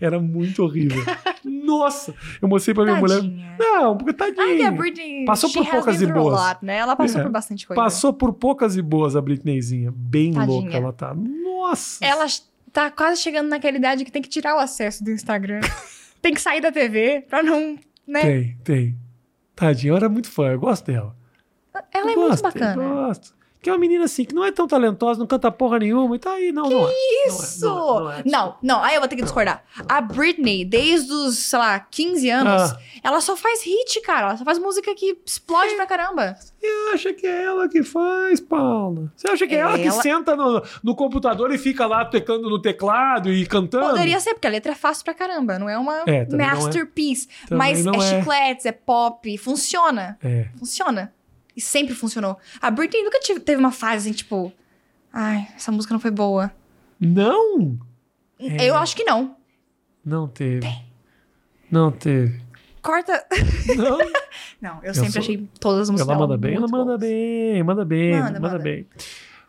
Era muito horrível. Nossa! Eu mostrei pra minha mulher. Tadinha. Não, porque tadinha. Ai, a Britney... Passou she por has poucas been e through a boas. lot, né? Ela passou É. por bastante coisa. Passou por poucas e boas a Britneyzinha. Bem Tadinha. louca ela tá. Nossa! Ela tá quase chegando naquela idade que tem que tirar o acesso do Instagram. tem que sair da TV pra não... Né? Tem, tem. Tadinha, eu era muito fã, eu gosto dela. Ela é Eu muito gosto, bacana. Eu gosto. Que é uma menina assim, que não é tão talentosa, não canta porra nenhuma e tá aí, não, não é. Isso! Não, é, Não, não, é. não, aí eu vou ter que discordar. A Britney, desde os, sei lá, 15 anos, Ah. ela só faz hit, cara. Ela só faz música que explode pra caramba. Você acha que é ela que faz, Paula? Você acha que é ela, que Ela- senta no, no computador e fica lá teclando no teclado e cantando? Poderia ser, porque a letra é fácil pra caramba. Não é uma É, também não é. masterpiece. Também Mas não é, é. chicletes, é pop. Funciona. É. Funciona. E sempre funcionou. A Britney nunca tive- teve uma fase assim, tipo... Ai, essa música não foi boa. Não! É. Eu acho que não. Não teve. Não teve. Corta... Não. Não, eu, sempre sou- achei todas as músicas ela dela manda bem, ela um muito manda boas. bem, manda bem, manda, Manda, manda. bem.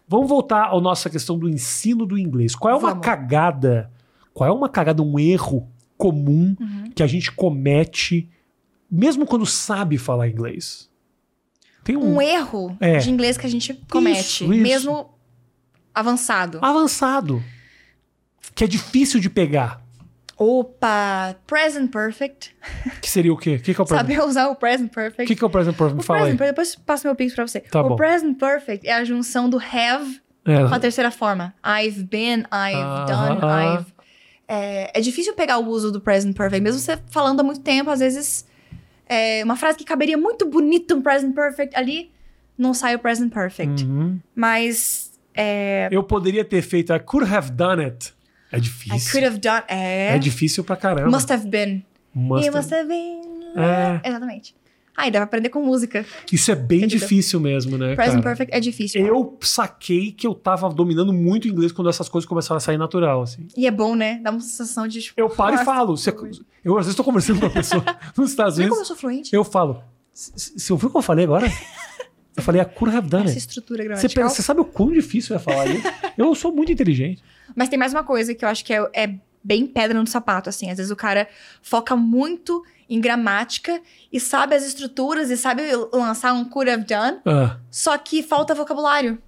Vamos voltar à nossa questão do ensino do inglês. Qual é uma Vamos. cagada? Qual é uma cagada, um erro comum Uhum. que a gente comete, mesmo quando sabe falar inglês? Tem um, um erro É. de inglês que a gente comete, isso. mesmo avançado. avançado. Que é difícil de pegar. Opa, present perfect. Que seria o quê? O que, que é o present? Saber usar o present O perfect. que, que é o present perfect? Me o Fala present aí. perfect, depois passo meu pix pra você. Tá o bom. present perfect é a junção do have com a É, terceira forma. I've been, I've Ah. done, I've. É, é difícil pegar o uso do present perfect, mesmo você falando há muito tempo, às vezes é, uma frase que caberia muito bonito no present perfect ali, não sai o present perfect. uhum. Mas é, Eu poderia ter feito. I could have done it. É I could difícil. have done. É difícil pra caramba. Must have been. Must It have- must have been. É. Exatamente. Ah, e dá pra aprender com música. Isso é bem Entendeu? difícil mesmo, né? Present cara? Perfect é difícil. Eu saquei que eu tava dominando muito inglês quando essas coisas começaram a sair natural, assim. E é bom, né? Dá uma sensação de tipo. Eu paro e nossa, falo. se- eu às vezes tô conversando com uma pessoa nos Estados Você viu é como eu Unidos, sou fluente? eu falo. "Se- Se ouviu o que eu falei agora? Eu falei, I could have done Essa é it. estrutura Você, gramatical. pensa, você sabe o quão difícil é falar isso? Eu sou muito inteligente. Mas tem mais uma coisa que eu acho que é, é bem pedra no sapato, assim. Às vezes o cara foca muito em gramática e sabe as estruturas e sabe lançar um could have done, Ah, só que falta vocabulário.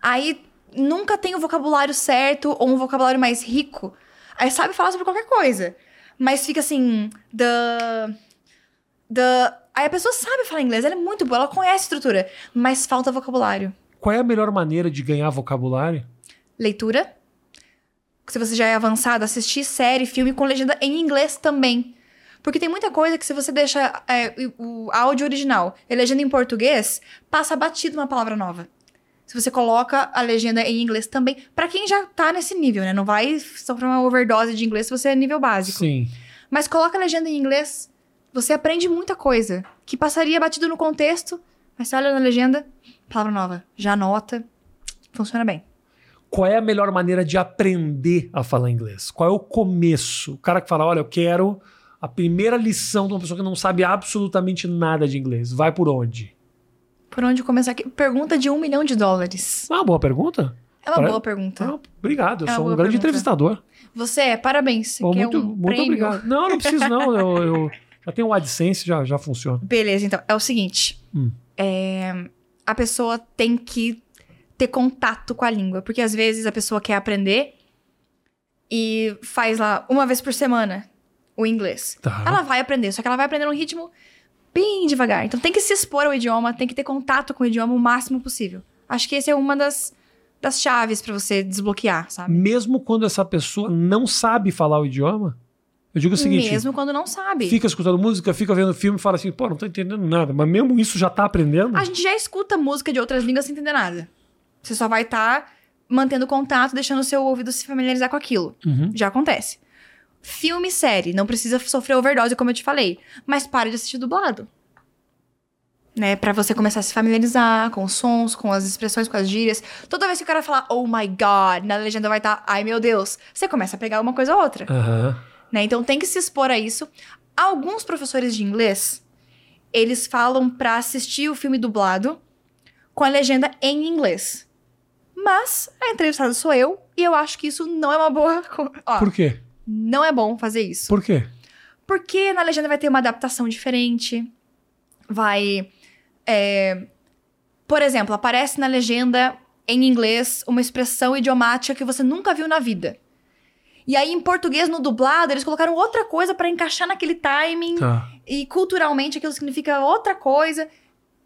Aí nunca tem o vocabulário certo ou um vocabulário mais rico. Aí sabe falar sobre qualquer coisa. Mas fica assim, the. The. Aí a pessoa sabe falar inglês, ela é muito boa, ela conhece a estrutura, mas falta vocabulário. qual é a melhor maneira de ganhar vocabulário? Leitura. Se você já é avançado, assistir série, filme com legenda em inglês também. Porque tem muita coisa que se você deixa é, o o áudio original e a legenda em português, passa batido uma palavra nova. Se você coloca a legenda em inglês também, pra quem já tá nesse nível, né? Não vai sofrer uma overdose de inglês se você é nível básico. Sim. Mas coloca a legenda em inglês, você aprende muita coisa que passaria batido no contexto, mas você olha na legenda, palavra nova, já anota, funciona bem. Qual é a melhor maneira de aprender a falar inglês? Qual é o começo? O cara que fala, olha, eu quero A primeira lição de uma pessoa que não sabe absolutamente nada de inglês. Vai por onde? Por onde começar? aqui? Pergunta de um milhão de dólares. Ah, boa pergunta. É uma Para- boa pergunta. Ah, obrigado, eu É uma sou um boa grande pergunta. entrevistador. Você é, parabéns. Você Pô, quer muito um muito prêmio? obrigado. Não, não preciso não. Eu, eu já tenho o AdSense, já, já funciona. Beleza, então. É o seguinte. Hum. É, a pessoa tem que ter contato com a língua. Porque às vezes a pessoa quer aprender e faz lá uma vez por semana o inglês. Tá. Ela vai aprender, só que ela vai aprender num ritmo bem devagar. Então tem que se expor ao idioma, tem que ter contato com o idioma o máximo possível. Acho que essa é uma das, das chaves pra você desbloquear, sabe? Mesmo quando essa pessoa não sabe falar o idioma, eu digo o seguinte: Mesmo quando não sabe. fica escutando música, fica vendo filme e fala assim, pô, não tô entendendo nada, mas mesmo isso já tá aprendendo? A gente já escuta música de outras línguas sem entender nada. Você só vai estar mantendo contato, deixando o seu ouvido se familiarizar com aquilo. Uhum. Já acontece. Filme e série, não precisa sofrer overdose, como eu te falei. Mas para de assistir dublado. Né? Pra você começar a se familiarizar com os sons, com as expressões, com as gírias. Toda vez que o cara falar, oh my god, na legenda vai estar, ai meu Deus. Você começa a pegar uma coisa ou outra Aham. né? Então tem que se expor a isso. Alguns professores de inglês, eles falam pra assistir o filme dublado com a legenda em inglês. Mas a entrevistada sou eu e eu acho que isso não é uma boa, co- ó, Por quê? não é bom fazer isso. Por quê? Porque na legenda vai ter uma adaptação diferente. Vai. é, por exemplo, aparece na legenda em inglês uma expressão idiomática que você nunca viu na vida. E aí, em português, no dublado, eles colocaram outra coisa pra encaixar naquele timing. Tá. E culturalmente aquilo significa outra coisa.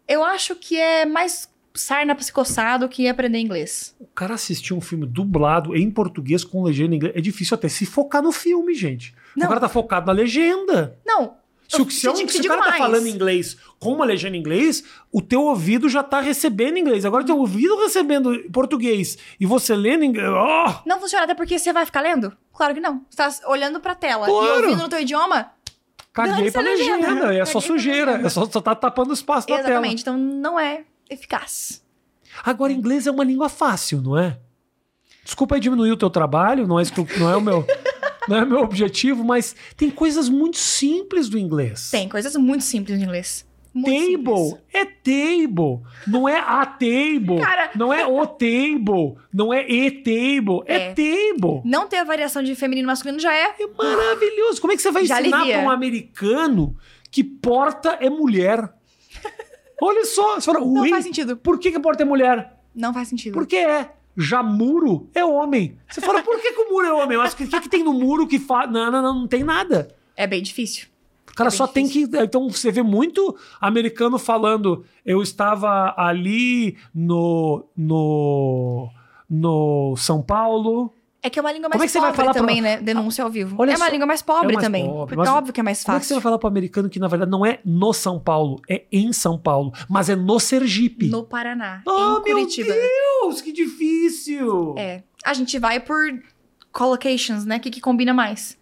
Eu acho que é mais sarna pra se coçar do que aprender inglês. O cara assistir um filme dublado em português com legenda em inglês, é difícil até se focar no filme, gente. Não. O cara tá focado na legenda. Não, Se, Eu o- se é um- te- te se o digo cara tá mais. falando inglês com uma legenda em inglês, o teu ouvido já tá recebendo inglês. Agora teu ouvido recebendo português e você lendo inglês. ó, Não funciona, até porque você vai ficar lendo? Claro que não. Você tá olhando pra tela e Claro. ouvindo no teu idioma? caguei Dane-se pra a legenda. legenda. É Caguei só pra sujeira. legenda. É só, só tá tapando espaço na tela. Exatamente. Então não é eficaz. Agora, inglês é uma língua fácil, não é? Desculpa aí diminuir o teu trabalho, não é, isso que eu- não é o meu, não é o meu objetivo, mas tem coisas muito simples do inglês. Tem coisas muito simples no inglês. Muito simples. Table é table, não é a table, Cara. não é o table, não é e table, é, É. table. Não ter a variação de feminino e masculino já é. É maravilhoso. Como é que você vai Já ensinar alivia. para um americano que porta é mulher? Olha só, você fala, Não "Ui, faz sentido. por que, que porta é mulher? Não faz sentido. Porque é. Já muro é homem. Você fala, por que, que o muro é homem? Mas o que, que, que tem no muro que faz. Não, não, não, não tem nada. É bem difícil. O cara É bem só tem que. Então você vê muito americano falando, eu estava ali no. no. no São Paulo. É que é uma língua mais Como é que você vai pobre falar pra- também, né? Denúncia ao vivo. Olha é uma só. língua mais pobre É mais também. pobre, porque mas- óbvio que é mais Como é que você fácil. vai falar pro americano que, na verdade, não é no São Paulo, é em São Paulo, mas é no Sergipe? No Paraná. Oh, em meu Curitiba. Deus, que difícil! É. A gente vai por collocations, né? O que, que combina mais.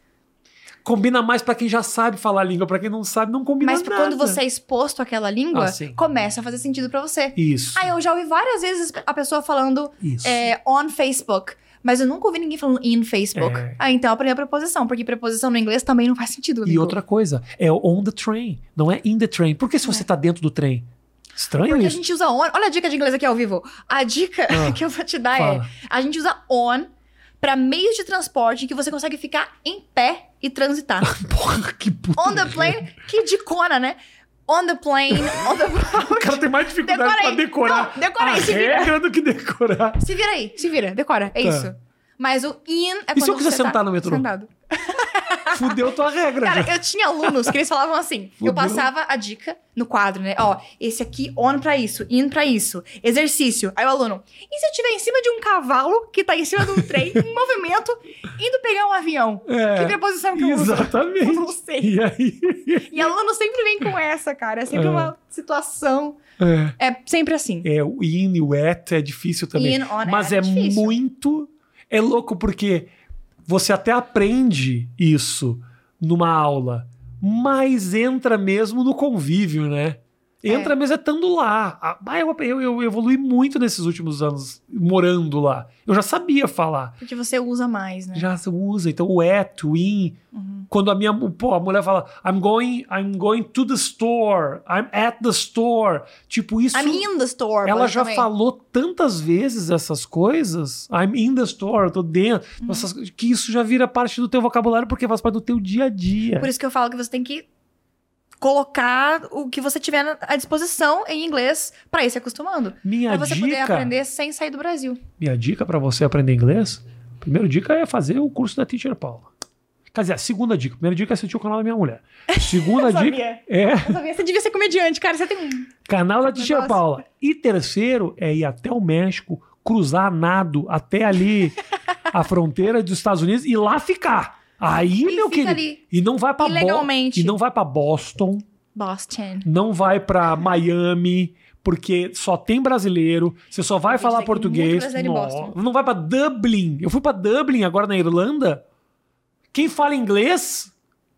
Combina mais pra quem já sabe falar a língua, pra quem não sabe, não combina Mas nada. quando você é exposto àquela língua, Ah, sim. começa a fazer sentido pra você. Isso. Ah, eu já ouvi várias vezes a pessoa falando Isso. é, on Facebook, mas eu nunca ouvi ninguém falando in Facebook. É. Ah, então eu aprendi a preposição, porque preposição no inglês também não faz sentido. E amigo. outra coisa, é on the train, não é in the train. Por que se você tá dentro do trem? Estranho Porque a isso. gente usa on. Olha a dica de inglês aqui ao vivo. A dica Ah, que eu vou te dar Fala. é: a gente usa on pra meios de transporte em que você consegue ficar em pé e transitar. Porra, que puta. on the plane, que dicona, né? On the plane, on the. O cara tem mais dificuldade Decora pra aí. decorar Ah, Não, decora a aí, se vira. regra do que decorar. se vira aí, se vira, decora. É Tá. isso. Mas o in é quando E se eu quiser você tá sentar no metrô? Sentado. Fudeu tua regra. já. Cara, eu tinha alunos que eles falavam assim. Fudeu. Eu passava a dica no quadro, né? Ó, esse aqui on pra isso, in pra isso, exercício. Aí o aluno, e se eu estiver em cima de um cavalo que tá em cima de um trem, em movimento, indo pegar um avião? É, que preposição que eu uso? Exatamente. Eu não sei. E aí? E aluno sempre vem com essa, cara. É sempre É. uma situação. É. É sempre assim. É, o in e o at é difícil também. In, on, Mas é é difícil. muito. É louco porque você até aprende isso numa aula, mas entra mesmo no convívio, né? É. Entra mesmo estando lá. Ah, mas eu, eu, eu evolui muito nesses últimos anos morando lá. Eu já sabia falar. Porque você usa mais, né? Já se usa. Então, o at, o in. Uhum. Quando a minha pô, a mulher fala, I'm going, I'm going to the store, I'm at the store. Tipo, isso. I'm in the store. Ela pode já também. falou tantas vezes essas coisas. I'm in the store, eu tô dentro. Uhum. Essas- que isso já vira parte do teu vocabulário porque faz parte do teu dia a dia. É Por isso que eu falo que você tem que colocar o que você tiver na- à disposição em inglês pra ir se acostumando. Minha pra você poder dica, aprender sem sair do Brasil. minha dica para você aprender inglês, primeira dica é fazer o curso da Teacher Paula. Quer dizer, a segunda dica. Primeira dica é assistir o canal da minha mulher. Segunda dica é Eu sabia. Você devia ser comediante, cara. Você tem um. canal da Teacher Negócio. Paula. E terceiro é ir até o México, cruzar a nado até ali a fronteira dos Estados Unidos e lá ficar. Aí, E meu fica querido, ali. e não vai para Ilegalmente. E não vai para Boston, Boston. não vai para Miami, porque só tem brasileiro, você só vai Eu vi falar dizer que muito português. brasileiro em Boston. não vai para Dublin. Eu fui para Dublin agora na Irlanda. Quem fala inglês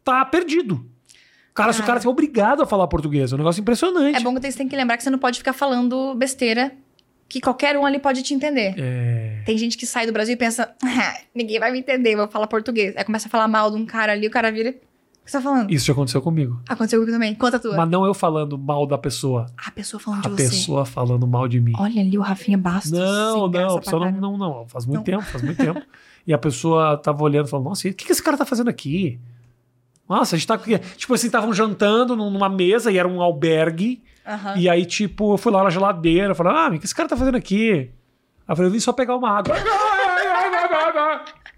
tá perdido. Cara, se o Cara. cara é obrigado a falar português, é um negócio impressionante. É bom que você tem que lembrar que você não pode ficar falando besteira que qualquer um ali pode te entender. É, Tem gente que sai do Brasil e pensa, "Ah, ninguém vai me entender, vou falar português. Aí começa a falar mal de um cara ali, o cara vira. O que você tá falando? Isso já aconteceu comigo. Aconteceu comigo também. Conta a tua. Mas não eu falando mal da pessoa, A pessoa falando a de você. pessoa falando mal de mim. Olha ali o Rafinha Bastos. Não, sem graça não, a pra pessoa não, caramba. não, não. Faz muito Não. tempo, faz muito tempo. E a pessoa tava olhando e falando, nossa, e o que, que esse cara tá fazendo aqui? Nossa, a gente tá. aqui." Tipo assim, estavam jantando num- numa mesa e era um albergue. Aham. E aí, tipo, eu fui lá na geladeira, falei, ah, o que esse cara tá fazendo aqui? Aí eu falei, eu vim só pegar uma água.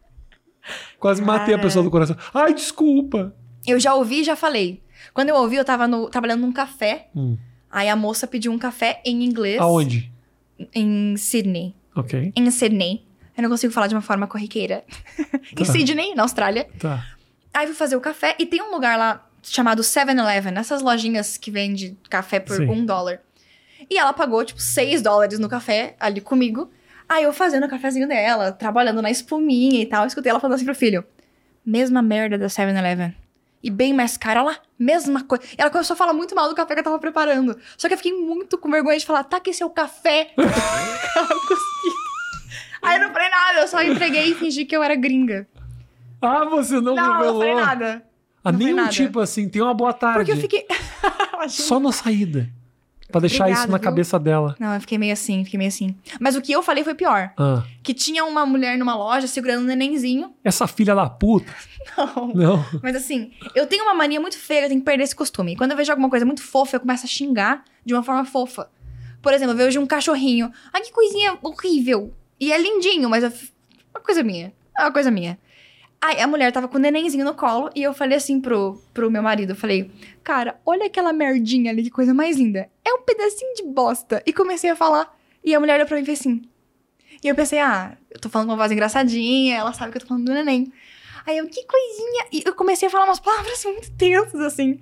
Quase matei a Cara. pessoa do coração. Ai, desculpa. Eu já ouvi e já falei. Quando eu ouvi, eu tava no- trabalhando num café. Hum. Aí a moça pediu um café em inglês. Aonde? Em Sydney. Ok. Em Sydney. Eu não consigo falar de uma forma corriqueira. Tá. em Sydney, na Austrália. Tá. Aí fui fazer o café e tem um lugar lá chamado 7-Eleven, essas lojinhas que vende café por Sim. um dólar. E ela pagou, tipo, 6 dólares no café ali comigo. Aí eu fazendo o cafezinho dela, trabalhando na espuminha e tal. Escutei ela falando assim pro filho: mesma merda da 7-Eleven. E bem mais cara lá, mesma coisa. E Ela começou a falar muito mal do café que eu tava preparando. Só que eu fiquei muito com vergonha de falar, tá aqui seu café. Ela não conseguiu. Aí eu não falei nada, eu só entreguei e fingi que eu era gringa. Ah, você não, Não, eu não revelou. falei nada. Ah, Não nem foi um nada. tipo assim, tem uma boa tarde. Porque eu fiquei. Imagina. Só na saída. Pra deixar Obrigada, isso na viu? cabeça dela. Não, eu fiquei meio assim, fiquei meio assim. Mas o que eu falei foi pior. Ah, Que tinha uma mulher numa loja segurando um nenenzinho. essa filha da puta. Não. Não. Mas assim, eu tenho uma mania muito feia, eu tenho que perder esse costume. Quando eu vejo alguma coisa muito fofa, eu começo a xingar de uma forma fofa. Por exemplo, eu vejo um cachorrinho. Ai, que coisinha horrível. E é lindinho, mas é f- uma coisa minha. É uma coisa minha. Aí a mulher tava com o nenenzinho no colo e eu falei assim pro, pro meu marido, eu falei, cara, olha aquela merdinha ali, que coisa mais linda. É um pedacinho de bosta. E comecei a falar. E a mulher olhou pra mim e fez assim. E eu pensei, ah, eu tô falando com uma voz engraçadinha, ela sabe que eu tô falando do neném. Aí eu, que coisinha. E eu comecei a falar umas palavras muito tensas, assim.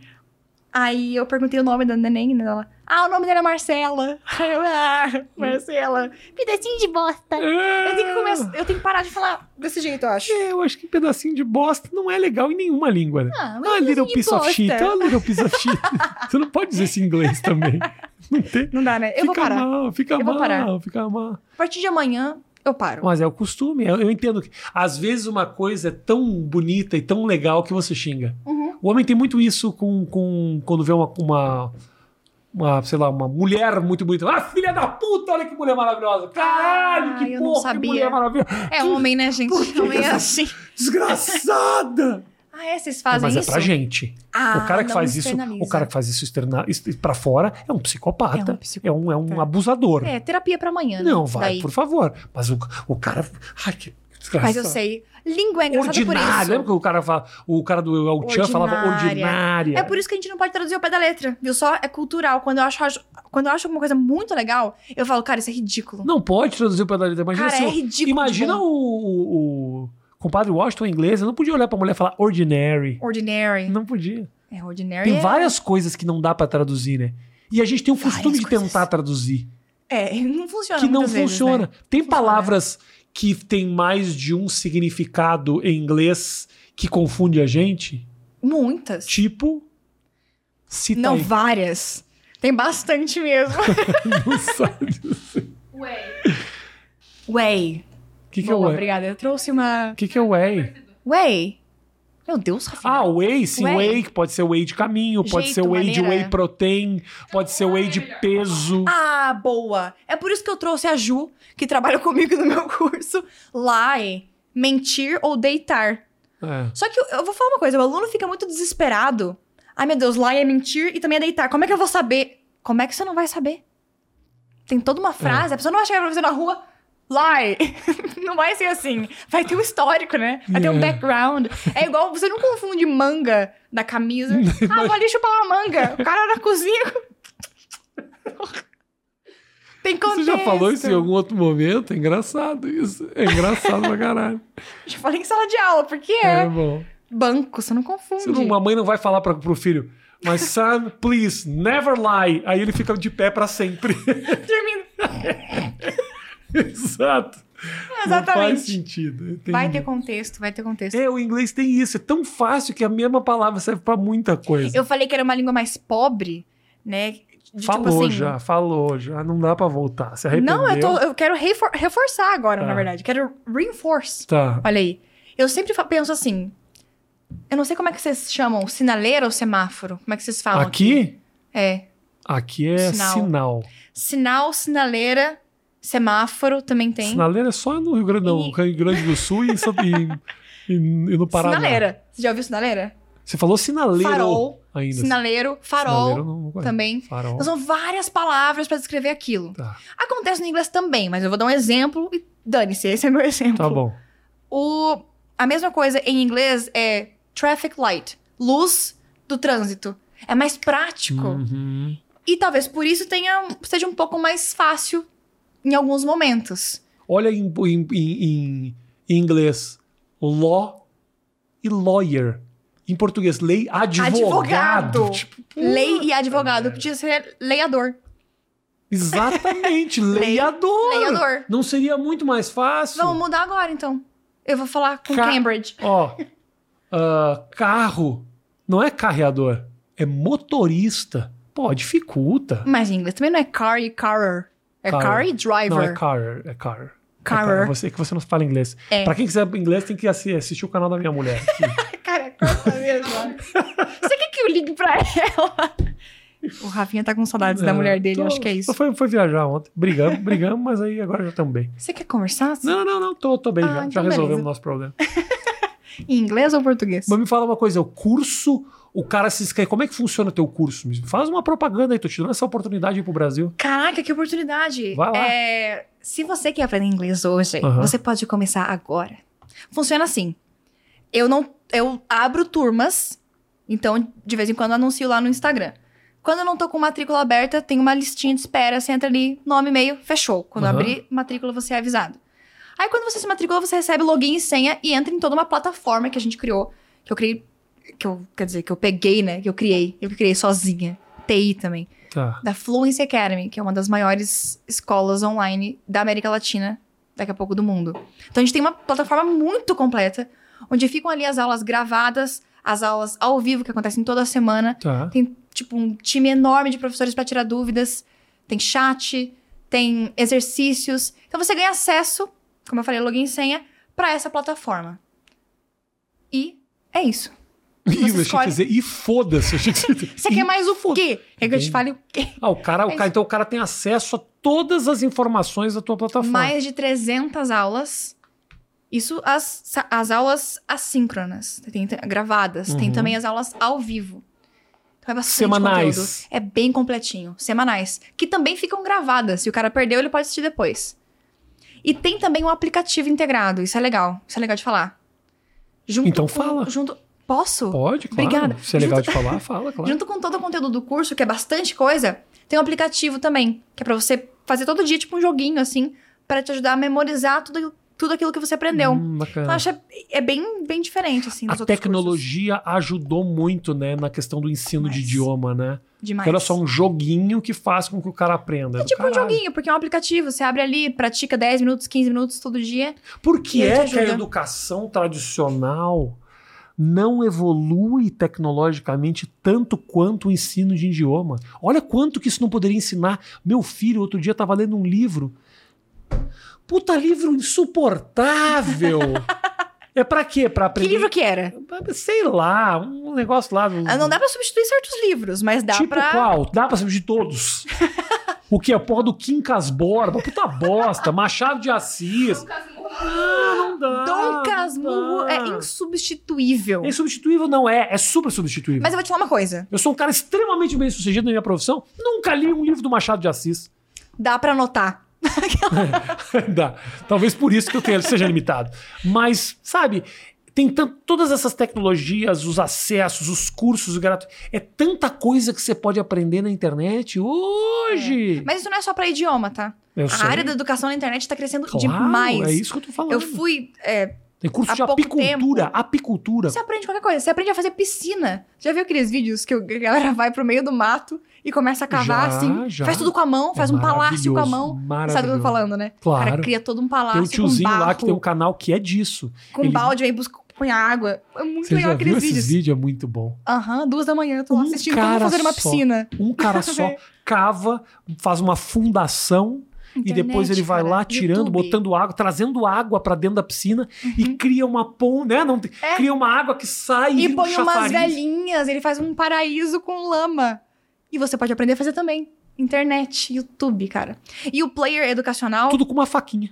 Aí eu perguntei o nome da neném, né? Ela, ah, o nome dela é Marcela. Aí eu, ah, Marcela, É. pedacinho de bosta. Eu tenho que começar, eu tenho que parar de falar desse jeito, eu acho. É, eu acho que pedacinho de bosta não é legal em nenhuma língua, né? Ah, Ah, little pedacinho de piece of shit. bosta. Ah, little piece of shit. Você não pode dizer isso em inglês também. Não tem. Não dá, né? Eu fica vou parar. mal, fica Eu vou mal, parar. fica mal. A partir de amanhã, eu paro. Mas é o costume. Eu, eu entendo que às vezes uma coisa é tão bonita e tão legal que você xinga. Uhum. O homem tem muito isso com, com quando vê uma, uma, uma, sei lá, uma mulher muito bonita. Ah, filha da puta, olha que mulher maravilhosa. Caralho, Ah, que eu não porra, que sabia. mulher maravilhosa. É homem, né, gente? Homem é assim. Desgraçada! Ah, é? Vocês fazem Mas é isso? pra gente. Ah, o cara que não faz isso, externaliza. o cara que faz isso externa, isso pra fora é um É um psicopata. É psicopata. um, é um abusador. É, terapia pra amanhã. né? Não, vai, Daí. por favor. Mas o, o cara. Ai, que desgraçado. Mas eu sei. Língua é engraçada Ordinário. Lembra por que o cara fala, o cara do El Chan falava Ordinária. ordinária. isso. É por isso que a gente não pode traduzir o pé da letra, viu? Só é cultural. Quando eu acho, quando eu acho alguma coisa muito legal, eu falo, cara, isso é ridículo. Não pode traduzir o pedaleta. Imagina cara, se é o- ridículo. de Imagina o, bom. o, o compadre Washington em inglês, ele não podia olhar pra mulher e falar ordinary. Ordinary. Não podia. É, ordinary. Tem é- várias coisas que não dá pra traduzir, né? E a gente tem o Várias costume de coisas. tentar traduzir, É, não funciona. que não muitas vezes, funciona. né? Tem Funciona. palavras que tem mais de um significado em inglês que confunde a gente, Muitas. tipo cita Não, aí. várias. Tem bastante mesmo. Não sabe. Ué. Way. O que, que é o Boa, Way? obrigada. Eu trouxe uma. O que, que é o Way? Way. Meu Deus, Rafa. Ah, whey, sim, Whey. whey. que pode ser whey de caminho, pode Jeito, ser whey de maneira. whey protein, pode ser whey de peso. Ah, boa. É por isso que eu trouxe a Ju, que trabalha comigo no meu curso. Lie. Mentir ou deitar. É. Só que eu, eu vou falar uma coisa, o aluno fica muito desesperado. Ai, meu Deus, lá é mentir e também é deitar. Como é que eu vou saber? Como é que você não vai saber? Tem toda uma É. frase, a pessoa não vai chegar pra você na rua, lie. não vai ser assim. Vai ter um histórico, né? Vai ter um É. background. É igual, você não confunde manga da camisa. ah, vou ali chupar uma manga. O cara na cozinha. Tem contexto. Você já falou isso em algum outro momento? É engraçado isso. É engraçado pra caralho. Já falei em sala de aula, porque é, Um É, bom. banco, você não confunde. Você não- uma mãe não vai falar pra, pro filho, my son, please, never lie. Aí ele fica de pé pra sempre. Termina. Exato. Não faz Exatamente. sentido. entendi. Vai ter contexto, vai ter contexto. É, o inglês tem isso. É tão fácil que a mesma palavra serve pra muita coisa. Eu falei que era uma língua mais pobre, né? De, falou tipo assim, já, falou já. Ah, Não dá pra voltar. Se arrependeu. Não, eu, tô- eu quero refor- reforçar agora, Tá. na verdade. Quero reinforce. Tá. Olha aí. Eu sempre fa- penso assim. Eu não sei como é que vocês chamam, sinaleira ou semáforo? Como é que vocês falam? Aqui? É. Aqui é Sinal. sinal. Sinal, sinaleira, semáforo também tem. Sinaleira é só no Rio Grande, não, E- Rio Grande do Sul e, em São- e- e- e no Paraná. Sinaleira. Você já ouviu sinaleira? Você falou sinaleiro Farol, ainda. Sinaleiro, Sinaleiro farol não, não conheço. também. Farol. Então, são várias palavras pra descrever aquilo. Tá, Acontece no inglês também, mas eu vou dar um exemplo e dane-se, esse é meu exemplo. tá bom. O, a mesma coisa em inglês é traffic light, luz do trânsito. É mais prático. Uhum. E talvez por isso tenha, seja um pouco mais fácil em alguns momentos. Olha em, em- em- em inglês, law e lawyer. Em português, lei advogado. Advogado. Tipo, pô, Lei e Tá advogado podia ser leiador. Exatamente, leiador. Leiador. Não seria muito mais fácil? Vamos mudar agora, então. Eu vou falar com Ca- Cambridge. Ó, ah, carro não é carreador, é motorista. Pô, dificulta. Mas em inglês também não é car e carer. É car, Carer. e driver. Não, é car, é car. Carer. É você que você não fala inglês. É. Pra quem quiser inglês, tem que assi- assistir o canal da minha mulher. Cara, é corta mesmo. Você quer que eu ligue pra ela? O Rafinha tá com saudades da mulher dele, eu Tô- acho que é isso. Só foi, foi viajar ontem. Brigamos, brigamos, mas aí agora já estamos bem. Você quer conversar assim, Não, não, não, tô, tô bem Ah, já. Já então resolvemos beleza. o nosso problema. em inglês ou português? Mas me fala uma coisa, o curso, o cara se inscreve. Como é que funciona o teu curso? Me Faz uma propaganda aí, tô te dando essa oportunidade aí pro Brasil. Caraca, que oportunidade! Vai lá. É, se você quer aprender inglês hoje, Aham. você pode começar agora. Funciona assim. Eu não, eu abro turmas, então de vez em quando eu anuncio lá no Instagram. Quando eu não tô com matrícula aberta, tem uma listinha de espera, você entra ali, nome, e-mail, fechou. Quando Aham. abrir matrícula, você é avisado. Aí quando você se matricula, você recebe login e senha e entra em toda uma plataforma que a gente criou, que eu criei, que eu, quer dizer, que eu peguei, né, que eu criei, eu que criei sozinha. TI também Tá. da Fluency Academy, que é uma das maiores escolas online da América Latina, daqui a pouco do mundo. Então a gente tem uma plataforma muito completa, onde ficam ali as aulas gravadas, as aulas ao vivo que acontecem toda semana. Tá. Tem tipo um time enorme de professores para tirar dúvidas, tem chat, tem exercícios. Então você ganha acesso, como eu falei, login e senha para essa plataforma. E é isso. Ih, eu achei que escolhe- ia dizer, e foda-se. eu achei que ia Você dizer, quer mais o quê? Quer É que eu te Entendi. fale o quê? Ah, o cara, o É cara, então o cara tem acesso a todas as informações da tua plataforma. mais de 300 aulas. Isso as, as aulas assíncronas, tem, tem- gravadas. Tem Uhum. também as aulas ao vivo. Então é bastante Semanais. conteúdo. É bem completinho. Semanais. Que também ficam gravadas. Se o cara perdeu, ele pode assistir depois. E tem também um aplicativo integrado. Isso é legal. Isso é legal de falar. Junto Então com- fala. Junto, posso? Pode, claro. Obrigada. Se é legal Junto- de falar, fala, claro. Junto com todo o conteúdo do curso, que é bastante coisa, tem um aplicativo também, que é pra você fazer todo dia, tipo um joguinho, assim, pra te ajudar a memorizar tudo, tudo aquilo que você aprendeu. Hum, Então, bacana. eu acho que é bem, bem diferente, assim, dos a outros cursos. tecnologia ajudou muito, né, na questão do ensino de Mas- idioma, né? Demais. Porque olha só, um joguinho que faz com que o cara aprenda. É Do tipo um caralho. joguinho, porque é um aplicativo, você abre ali, pratica 10 minutos, 15 minutos todo dia. Por que E ele te é que a ajuda. educação tradicional não evolui tecnologicamente tanto quanto o ensino de idioma. Olha quanto que isso não poderia ensinar. Meu filho, outro dia, estava lendo um livro. Puta livro insuportável! é pra quê? Pra Que aprender. livro que era? Sei lá, um negócio lá. Ah, não dá pra substituir certos livros, mas dá tipo pra. qual? Dá pra saber de todos. o que é porra do Quincas Borba? Puta bosta. Machado de Assis. Ah, não dá. Dom não Casmurro dá. é insubstituível. É insubstituível? Não é. É super substituível. Mas eu vou te falar uma coisa. Eu sou um cara extremamente bem sucedido na minha profissão. Nunca li um livro do Machado de Assis. Dá pra anotar. Dá. Talvez por isso que eu tenha, seja limitado. Mas, sabe, tem tan- todas essas tecnologias, os acessos, os cursos gratuitos. É tanta coisa que você pode aprender na internet hoje. Mas isso não é só pra idioma, tá? Eu a sei. área da educação na internet tá crescendo Claro, demais. É isso que eu tô falando. Eu fui. é, Tem curso há de pouco apicultura. tempo. Apicultura. você aprende qualquer coisa. Você aprende a fazer piscina. Já viu aqueles vídeos que o- a galera vai pro meio do mato e começa a cavar Já, assim? já. Faz tudo com a mão, faz É um palácio com a maravilhoso, mão. Sabe o que eu maravilhoso. tô falando, né? O cara Claro. cria todo um Tem palácio um tiozinho com barro, lá que tem um canal que é disso. com ele- balde, aí busca, põe água. É muito Você legal já viu aqueles esses vídeos. vídeos? É muito bom. Aham, duas da manhã, eu tô lá Um assistindo como cara fazer uma só. piscina. Um cara só cava, faz uma fundação e depois Internet, ele vai cara, lá tirando, YouTube. Uhum. botando água, trazendo água pra dentro da piscina e cria uma ponte, né? Não, tem- É. Cria uma água que sai E vira um põe umas chafariz. velhinhas, ele faz um paraíso com lama. E você pode aprender a fazer também. Internet, YouTube, cara. E o player educacional Tudo com uma faquinha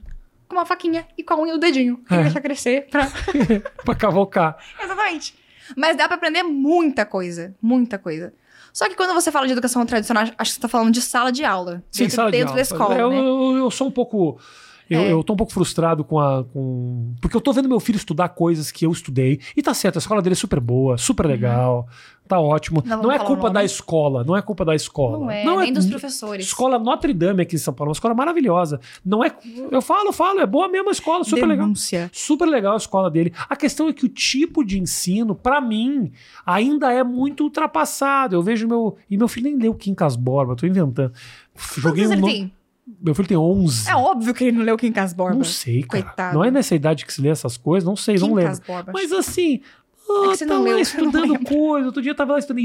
com uma faquinha e com a unha do dedinho. Que É. deixa crescer pra. pra cavocar. Exatamente. Mas dá pra aprender muita coisa. Muita coisa. Só que quando você fala de educação tradicional, acho que você tá falando de sala de aula. Sem dentro, sala de dentro aula. da escola. É, eu, né? eu- eu sou um pouco. Eu, É. eu tô um pouco frustrado com a. Com... Porque eu tô vendo meu filho estudar coisas que eu estudei. E tá certo, a escola dele é super boa, super legal, tá ótimo. Uhum. Não Não, vamos é falar o culpa nome. da escola, não é culpa da escola. Não é, nem dos professores. Escola Notre Dame aqui em São Paulo, uma escola maravilhosa. Não é, eu falo, falo, é boa mesmo a escola, super legal. Denúncia. Super legal a escola dele. A questão é que o tipo de ensino, pra mim, ainda é muito ultrapassado. Eu vejo meu, e meu filho nem leu Quincas Borba, tô inventando. Joguei Quantos um anos no- ele tem? Meu filho tem 11. É óbvio que ele não leu Kim Casborba. não sei, cara. Coitado. Não é nessa idade que se lê essas coisas, não sei, não lembro. Casborba. Mas assim, É ah, que você tá não lá leu, você não estudando lembra. coisa. Outro dia eu tava lá estudando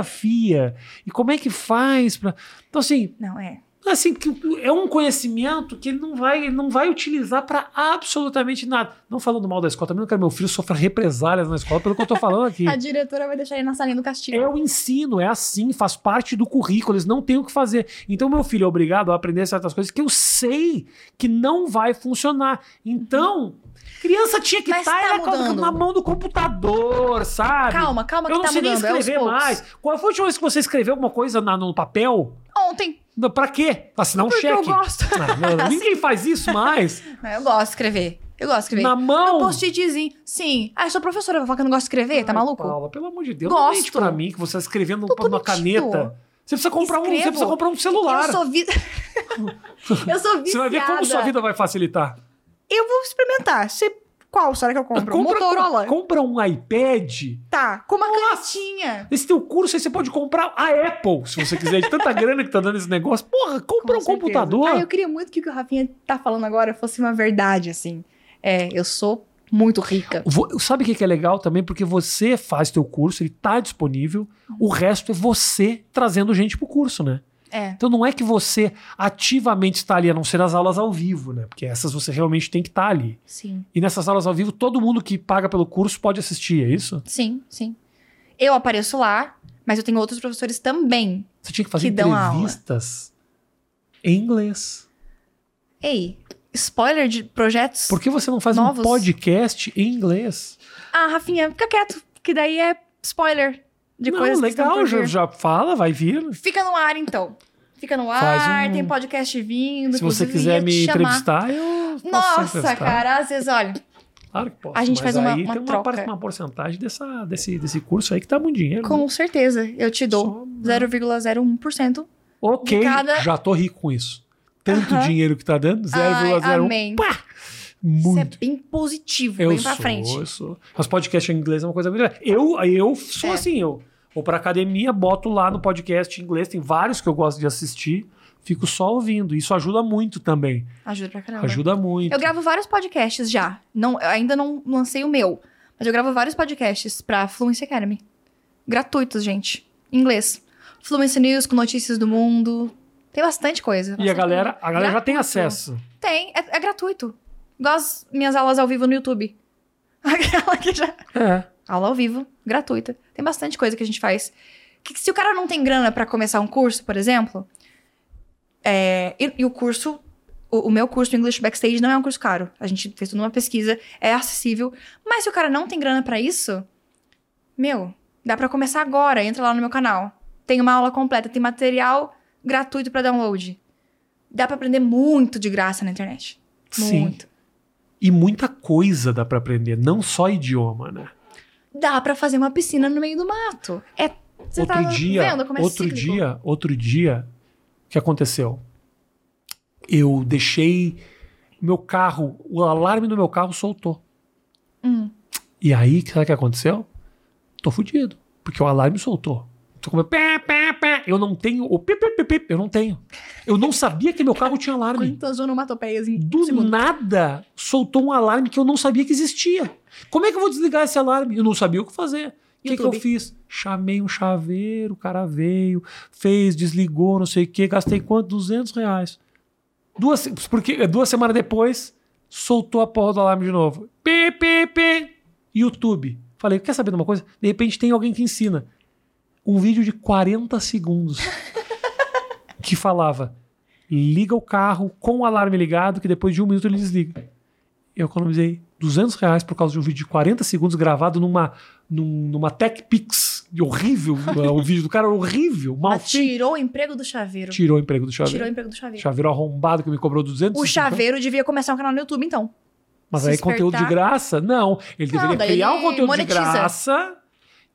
hidrografia. E como é que faz pra. Então assim, Não, é. assim que é um conhecimento que ele não vai ele não vai utilizar para absolutamente nada não falando mal da escola também não quero que meu filho sofra represálias na escola pelo que eu tô falando aqui A diretora vai deixar ele na salinha do castigo. é o ensino é assim faz parte do currículo eles não têm o que fazer então meu filho é obrigado a aprender certas coisas que eu sei que não vai funcionar então criança tinha que Mas estar tá mudando. na mão do computador sabe Calma, calma, que eu não tá sei nem mudando. é aos escrever poucos. mais qual foi a última vez que você escreveu alguma coisa na- no papel Ontem, para quê assinar um porque eu cheque gosto. ah, mano, ninguém faz isso mais. Não, né, eu gosto de escrever. Eu gosto de escrever. Na Um mão. post-itzinho. Sim. Ah, eu sou professora, vou falar que eu não gosto de escrever, tá Ai, maluco? Paula, pelo amor de Deus, Gosto. não mente pra mim que você tá escrevendo Tô numa bonitinho. caneta. Você precisa comprar um, Escrevo. você precisa comprar um celular. Eu sou vi... Eu sou viciada. Você vai ver como sua vida vai facilitar. Eu vou experimentar. Se... Qual será que eu compro? Um Motorola? compra um iPad. Tá, com uma Nossa. canetinha. Esse teu curso aí você pode comprar a Apple, se você quiser, de tanta grana que tá dando esse negócio. Porra, compra um Com certeza. computador. Ah, eu queria muito que o que o Rafinha tá falando agora fosse uma verdade, assim. É, eu sou muito rica. Vo- Sabe o que que é legal também? Porque você faz teu curso, ele tá disponível. O resto é você trazendo gente pro curso, né? É. Então não é que você ativamente está ali, a não ser nas aulas ao vivo, né? Porque essas você realmente tem que estar ali. Sim. E nessas aulas ao vivo, todo mundo que paga pelo curso pode assistir, é isso? Sim, sim. Eu apareço lá, mas eu tenho outros professores também. Você tinha que fazer Que dão aula. entrevistas em inglês. Ei, spoiler de projetos? Por que você não faz Novos. um podcast em inglês? Ah, Rafinha, fica quieto, que daí é spoiler de não, coisas que legal, estão por já, vir. já fala, vai vir. Fica no ar, então. Fica no Faz ar, um- tem podcast vindo. Se você inclusive, quiser ia te me chamar. entrevistar, eu posso te Nossa, entrevistar. cara, às vezes, olha, Claro que posso. A gente mas faz uma- aí uma tem troca. parte- uma porcentagem dessa, desse, desse curso aí que dá muito dinheiro. né? com certeza, eu te dou Só- 0,01%. Ok, De cada- já tô rico com isso. Tanto Aham. dinheiro que tá dando, Ai, 0,01. amém. Isso é Muito. bem positivo, eu bem pra sou, frente. eu sou. Mas podcast em inglês é uma coisa muito... Eu, eu sou É. assim, eu vou pra academia, boto lá no podcast em inglês, tem vários que eu gosto de assistir, fico só ouvindo. Isso ajuda muito também. Ajuda pra caramba. Ajuda muito. Eu gravo vários podcasts já. Não, eu ainda não lancei o meu. Mas Mas eu gravo vários podcasts pra Fluency Academy. Gratuitos, gente. Em inglês. Fluency News com notícias do mundo. Tem bastante E coisa. a bastante galera, coisa. a galera já tem Gratuito. acesso. Tem, é, é gratuito. Igual as minhas aulas ao vivo no YouTube. Aquela que já. É. Aula ao vivo, gratuita. Tem bastante coisa que a gente faz. Que, se o cara não tem grana pra começar um curso, por exemplo, é, e, e o curso, o, o meu curso English Backstage não é um curso caro. A gente fez tudo uma pesquisa, é acessível. Mas se o cara não tem grana pra isso, meu, dá pra começar agora. Entra lá no meu canal. Tem uma aula completa, tem material gratuito pra download. Dá pra aprender muito de graça na internet. Sim. Muito. E muita coisa dá pra aprender, não só idioma, né? Dá pra fazer uma piscina no meio do mato. É, você outro tá dia, vendo como é outro cíclico? dia, outro dia, o que aconteceu? Eu deixei meu carro, o alarme do meu carro soltou. Hum. E aí, sabe o que aconteceu? Tô fudido, porque o alarme soltou. Tô com meu pé, pé, pé. Eu não tenho o pip, pip, pip, pip, eu não tenho. Eu não sabia que meu carro tinha alarme. Quantas onomatopeias em assim, Do segundo? nada soltou um alarme que eu não sabia que existia. Como é que eu vou desligar esse alarme? Eu não sabia o que fazer. O que, que eu YouTube. fiz? Chamei um chaveiro, o cara veio, fez, desligou, não sei o quê, gastei quanto? 200 reais. Duas, se- porque, duas semanas depois, soltou a porra do alarme de novo. Pi, pi, pi. YouTube. Falei, quer saber de uma coisa? De repente tem alguém que ensina. Um vídeo de 40 segundos que falava: liga o carro com o alarme ligado, que depois de um minuto ele desliga. Eu economizei 200 reais por causa de um vídeo de 40 segundos gravado numa, num- numa Tech Pix horrível. o vídeo do cara era horrível, mal Ela feito. tirou o emprego do chaveiro. Tirou o emprego do Tirou o chaveiro. emprego do chaveiro. Chaveiro arrombado que me cobrou 200 O chaveiro devia começar um canal no YouTube, então. Mas se aí conteúdo de espertar. graça? Não. Ele Não, deveria daí criar um ele conteúdo monetiza. de graça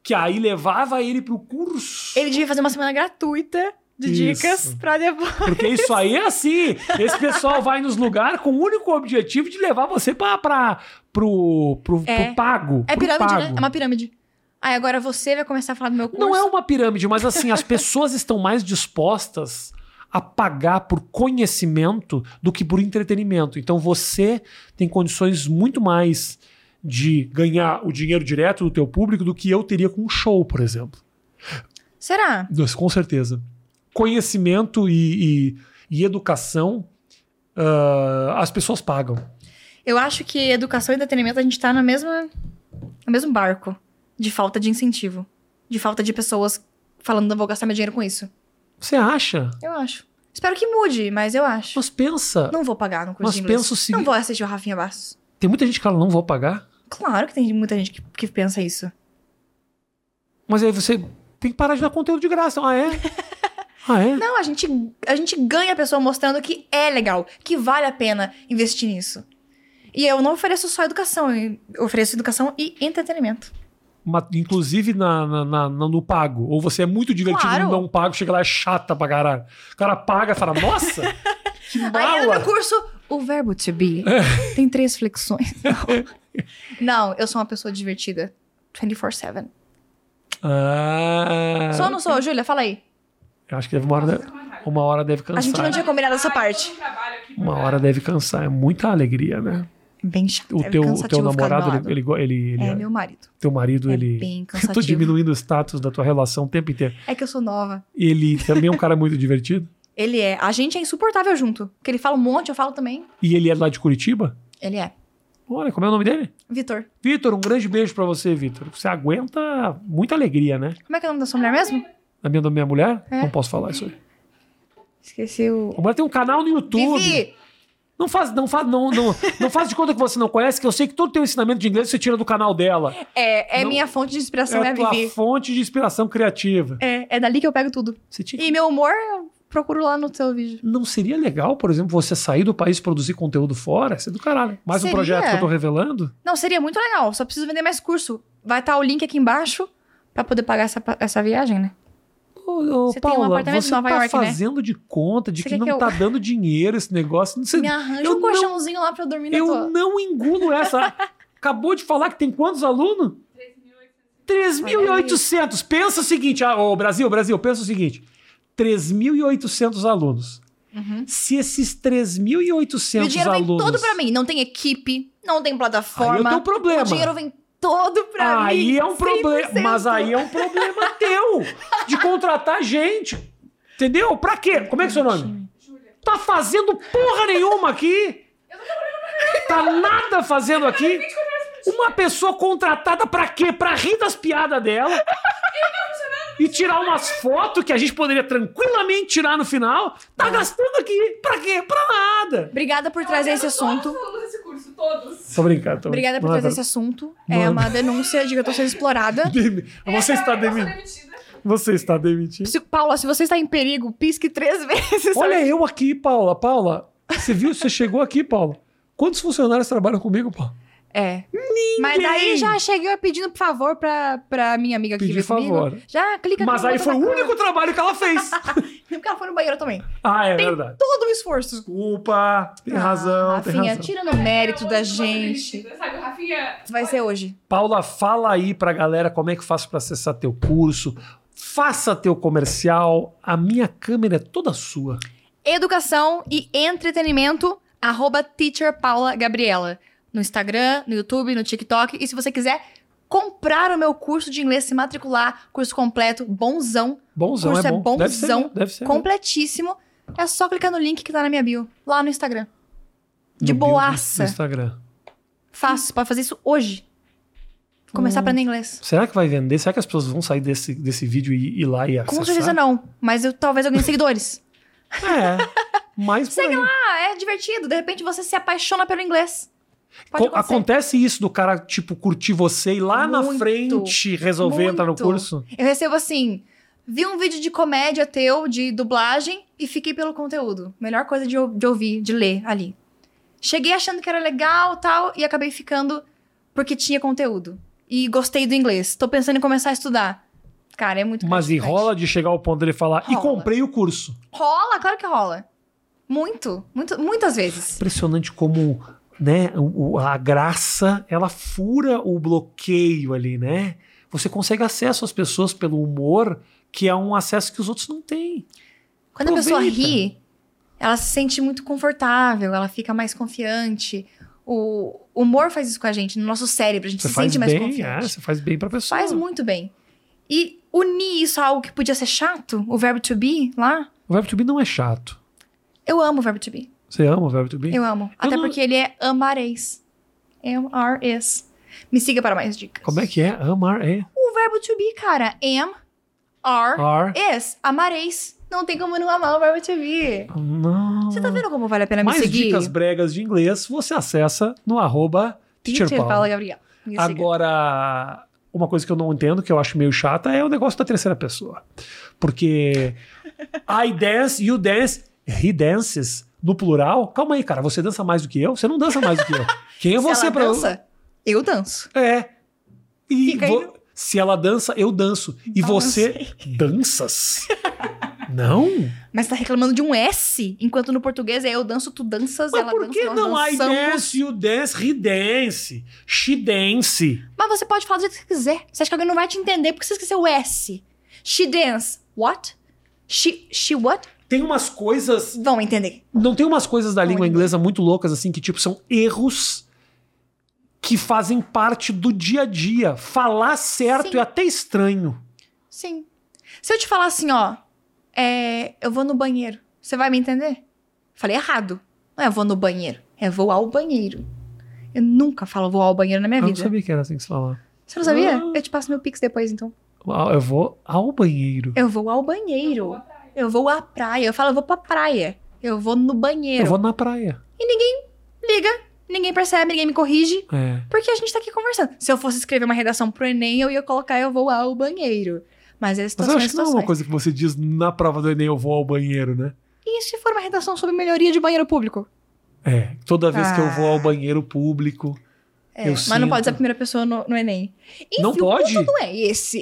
que aí levava ele pro curso. Ele devia fazer uma semana gratuita de Isso. dicas pra depois. Porque isso aí é assim. Esse pessoal vai nos lugares com o único objetivo de levar você pra, pra, pro, pro, É. pro pago. É pro pirâmide, pago. né? É uma pirâmide. Aí agora você vai começar a falar do meu curso. Não é uma pirâmide, mas assim, as pessoas estão mais dispostas a pagar por conhecimento do que por entretenimento. Então você tem condições muito mais de ganhar o dinheiro direto do teu público do que eu teria com um show, por exemplo. Será? Mas, Com certeza. Conhecimento e, e- e educação, ah, as pessoas pagam. Eu acho que educação e entretenimento a gente tá na mesma, no mesmo barco de falta de incentivo, de falta de pessoas falando não vou gastar meu dinheiro com isso. Você acha? Eu acho. Espero que mude, mas eu acho. Mas pensa. Não vou pagar no curso Mas de inglês. pensa o seguinte- Não vou assistir o Rafinha Bastos. Tem muita gente que fala, não vou pagar. Claro que tem muita gente que, que pensa isso. Mas aí você tem que parar de dar conteúdo de graça. Ah, é? Ah, é? Não, a gente, a gente ganha a pessoa mostrando que é legal, que vale a pena investir nisso. E eu não ofereço só educação, eu ofereço educação e entretenimento. Ma- inclusive na, na- na- na- no pago. Ou você é muito divertido Claro. no não pago, chega lá, é chata pra caralho. O cara paga e fala, nossa, que Aí no meu mala. curso, o verbo to be tem três flexões. Não, eu sou uma pessoa divertida. 24-7. Ah, Sou ou não sou, Júlia? Fala aí. eu acho que deve uma hora, deve- uma hora deve é A gente não cansar. tinha combinado essa parte. Uma né, hora deve cansar. É muita alegria, né? Bem chato. O é teu, o cansativo teu ficar do meu namorado, lado. ele, ele, go- ele, ele- É meu marido. teu marido, é ele. bem Eu tô cansativo. diminuindo o status da tua relação o tempo inteiro. É que eu sou nova. Ele também é um cara muito divertido. Ele é. A gente é insuportável junto. Porque ele fala um monte, eu falo também. E ele é lá de Curitiba? Ele é. Olha, como é o nome dele? Vitor. Vitor, um grande beijo pra você, Vitor. Você aguenta muita alegria, né? Como é que é o nome da sua mulher mesmo? Na minha, da minha mulher? É. Não posso falar isso aí. Esqueci o. A mulher tem um canal no YouTube. Vivi! Não faz, não faz, não, não, não faz de conta que você não conhece, que eu sei que todo teu ensinamento de inglês você tira do canal dela. É, é Não. minha fonte de inspiração, é, é a a tua Vivi. fonte de inspiração criativa. É, é dali que eu pego tudo. Você tinha- E meu humor, eu procuro lá no seu vídeo. Não seria legal, por exemplo, você sair do país e produzir conteúdo fora? Isso é do caralho. Mais um Seria. projeto que eu tô revelando? Não, seria muito legal. Só preciso vender mais curso. Vai estar o link aqui embaixo pra poder pagar essa, pa- essa viagem, né? Ô, ô, Você tem um Paula, apartamento em você Nova tá York, né? fazendo de conta de que, Você quer não que eu- tá dando dinheiro esse negócio. Não sei, Me arranja eu um colchãozinho lá pra eu dormir na Eu tua. não engulo essa. Acabou de falar que tem quantos alunos? 3.800. Pensa o seguinte, ah, ô, Brasil, Brasil, pensa o seguinte. 3.800 alunos. Uhum. Se esses E o 3.800 dinheiro vem alunos... todo pra mim. Não tem equipe, não tem Aí é o plataforma. teu problema. O dinheiro vem todo pra mim. aí é um 100%. problema. Mas aí é um problema teu de contratar gente. Entendeu? Pra quê? Como é que é seu nome? Júlia. Tá fazendo porra nenhuma aqui. Tá nada fazendo aqui. Uma pessoa contratada pra quê? Pra rir das piadas dela. E tirar umas fotos que a gente poderia tranquilamente tirar no final. Tá gastando aqui. Pra quê? Pra nada. Obrigada por trazer esse assunto. Todos os alunos desse curso, todos. Tô brincando. Tô Obrigada por brincando. trazer esse assunto. É Manda. uma denúncia de que eu tô sendo explorada. Demi- É, Você está Eu sou demitido. demitida. Você está demitido. Se- Paula, se você está em perigo, pisque três vezes. Olha eu aqui, Paula. Paula, você viu? Você chegou aqui, Paula. Quantos funcionários trabalham comigo, Paula? É. Mas daí já cheguei pedindo por favor pra, pra minha amiga que Pedir veio comigo. favor. Já clica no Mas aí botão foi da o câmera. único trabalho que ela fez. Porque ela foi no banheiro também. Ah, é Tem verdade. todo o esforço. Desculpa, tem razão, Ah, tem Rafinha, razão. tira no mérito Eu da sou gente. demitida, Sabe, o Rafinha. Vai ser hoje. Paula, fala aí pra galera como é que eu faço pra acessar teu curso. Faça teu comercial. A minha câmera é toda sua. Educação e entretenimento, arroba teacher Paula Gabriela. No Instagram, no YouTube, no TikTok. E se você quiser comprar o meu curso de inglês, se matricular, curso completo, bonzão, Bonzão, Curso é é Tá bom. Deve ser, bonzão. mesmo, deve ser. mesmo. completíssimo, é só clicar no link que tá na minha bio, lá no Instagram. De No bio do- boaça. do Instagram. Faço, pode fazer isso hoje. Hum. Começar a aprender inglês. Será que vai vender? Será que as pessoas vão sair desse, desse vídeo e ir lá e acessar? Com certeza não, mas eu talvez alguém seguidores. É. Mas por aí. Ah, é divertido. De repente você se apaixona pelo inglês. Co- Pode acontecer. acontece isso do cara, tipo, curtir você e lá na Muito, frente resolver entrar no muito. curso? Eu recebo assim: vi um vídeo de comédia teu, de dublagem, e fiquei pelo conteúdo. Melhor coisa de, ou- de ouvir, de ler ali. Cheguei achando que era legal tal, e acabei ficando porque tinha conteúdo. E gostei do inglês. Tô pensando em começar a estudar. Cara, é muito Mas gratificante. enrola de chegar ao ponto dele falar, e Rola. comprei o curso. Rola, claro que rola. Muito, muito muitas vezes. Impressionante como, né, o- o- a graça, ela fura o bloqueio ali, né? Você consegue acesso às pessoas pelo humor, que é um acesso que os outros não têm. Quando a pessoa Aproveita. ri, ela se sente muito confortável, ela fica mais confiante. O o humor faz isso com a gente, no nosso cérebro, a gente Você se faz sente mais bem, é, confiante. você faz bem pra pessoa. Faz muito bem. E unir isso a algo que podia ser chato, o verbo to be lá. O verbo to be não é chato. Eu amo o verbo to be. Você ama o verbo to be? Eu amo. Até não- porque ele é amareis. M-R-S. Me siga para mais dicas. Como é que é? Amar é O verbo to be, cara. Am, are, are. is. Amareis. Não tem como não amar o verbo to be. Não. Você tá vendo como vale a pena Mais me seguir? dicas bregas de inglês, você acessa no arroba Teacher teacherpaula. Paula Gabriel. Me siga. Agora, uma coisa que eu não entendo, que eu acho meio chata, é o negócio da terceira pessoa. Porque I dance, you dance, he dances, no plural. Calma aí, cara, você dança mais do que eu? Você não dança mais do que eu. Quem é Se você ela pra... dança, eu danço. É. E Fica aí vo- no- Então se ela dança, eu danço. E Não, você danças? Não? Mas tá reclamando de um S, enquanto no português é eu danço, tu danças, Mas ela por dança, que nós não I dançamos. dance, you dance, he dance, she dance? Mas você pode falar do jeito que você quiser. Você acha que alguém não vai te entender porque você esqueceu o S? She dance. What? She, she what? Tem umas coisas Vão entender. Não tem umas coisas da Não, língua ele- inglesa muito loucas, assim, que, tipo, são erros que fazem parte do dia a dia. Falar certo Sim. é até estranho. Sim. Se eu te falar assim, ó, é, eu vou no banheiro, você vai me entender? Falei errado. Não é eu vou no banheiro, é vou ao banheiro. Eu nunca falo vou ao banheiro na minha eu não É vida. sabia que era assim que se falava. Você não sabia? Ah. Eu te passo meu pix depois, então. Ah, Eu vou ao banheiro. Eu vou ao Eu vou banheiro. atrás. Eu vou à praia. Eu falo, eu vou pra praia. Eu vou no Eu, banheiro. vou na praia. Liga, ninguém percebe, ninguém me corrige. É. Porque a gente tá aqui conversando. Se eu fosse escrever uma redação pro Enem, eu ia colocar eu vou ao banheiro. Mas Mas é eu situações, acho que não é uma coisa que você diz na prova do Enem, eu vou ao banheiro, né? E se for uma redação sobre melhoria de banheiro público? É. Toda vez que eu vou ao Ah. banheiro público. É, Eu mas não pode sinto. ser a primeira pessoa no, no Enem. Enfim, Não pode? O ponto não é esse.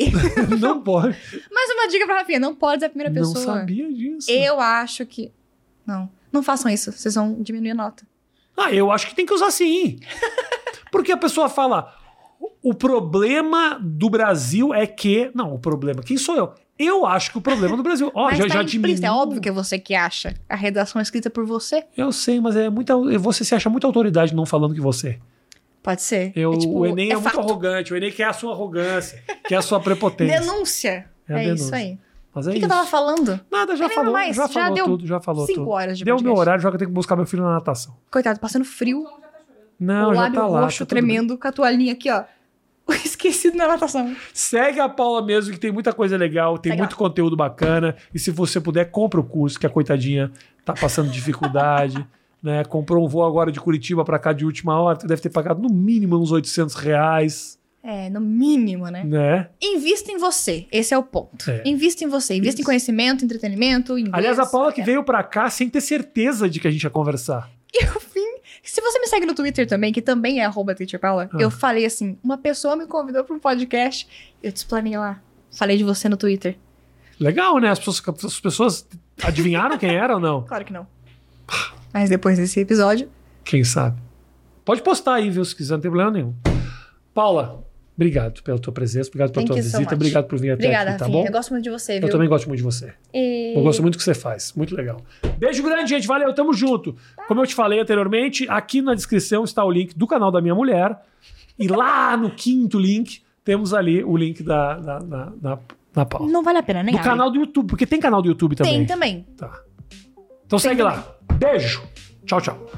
não pode. Mais uma dica pra Rafinha. Não pode ser a primeira Não pessoa. sabia disso. Eu acho que... Não. Não façam isso. Vocês vão diminuir a nota. Ah, eu acho que tem que usar sim. Porque a pessoa fala: o problema do Brasil é que. Não, o problema, quem sou eu? Eu acho que o problema do Brasil. Ó, mas já, tá já implícito. É diminuiu. óbvio que é você que acha. A redação é escrita por você. Eu sei, mas é muita. Você se acha muita autoridade não falando que você. Pode ser. Eu, É tipo, o Enem é, muito fato. arrogante. O Enem quer a sua arrogância, quer a sua prepotência. Denúncia. É É, a isso denúncia. aí. Mas O é que, que isso. eu tava falando? Nada, já Nem lembro falou, mais, já já falou deu tudo, já falou Cinco tudo. horas de Deu meu podcast. horário, já que eu tenho que buscar meu filho na natação. Coitado, passando frio, Não, o já lábio tá lá. roxo tá tudo tremendo, com a toalhinha aqui, ó. Esquecido na natação. bem. Segue a Paula mesmo, que tem muita coisa legal, tem Segue muito conteúdo bacana. E se você puder, compra o curso, que a coitadinha tá passando dificuldade. né? Comprou um voo agora de Curitiba pra cá de última hora, tu deve ter pagado no mínimo uns 800 reais, É, no mínimo, né? né? Invista em você. Esse é o ponto. É. Invista em você. Invista em Isso. conhecimento, entretenimento, inglês. é. Aliás, a Paula que veio pra cá sem ter certeza de que a gente ia conversar. Eu vim... Se você me segue no Twitter também, que também é arroba TeacherPaula, Ah. eu falei assim, uma pessoa me convidou pra um podcast, eu desplanei lá. Falei de você no Twitter. Legal, né? As pessoas, as pessoas adivinharam quem era ou não? Claro que não. Mas depois desse episódio, Quem sabe? Pode postar aí, viu? Se quiser, não tem problema nenhum. Paula, obrigado pela tua presença, obrigado pela Thank tua you so visita, much. obrigado por vir até obrigada, aqui, tá Rafinha. bom? Eu gosto muito de você, viu? Eu também gosto muito de você. E- Eu gosto muito do que você faz. Muito legal. Beijo grande, gente. Valeu, tamo junto. Como eu te falei anteriormente, aqui na descrição está o link do canal da minha mulher. E lá no quinto link, temos ali o link da, da, da, da, da Paula. Não vale a pena, nem Do abre. canal do YouTube, porque tem canal do YouTube também. Tem então também. Tá. Então segue lá. Beijo. Tchau, tchau.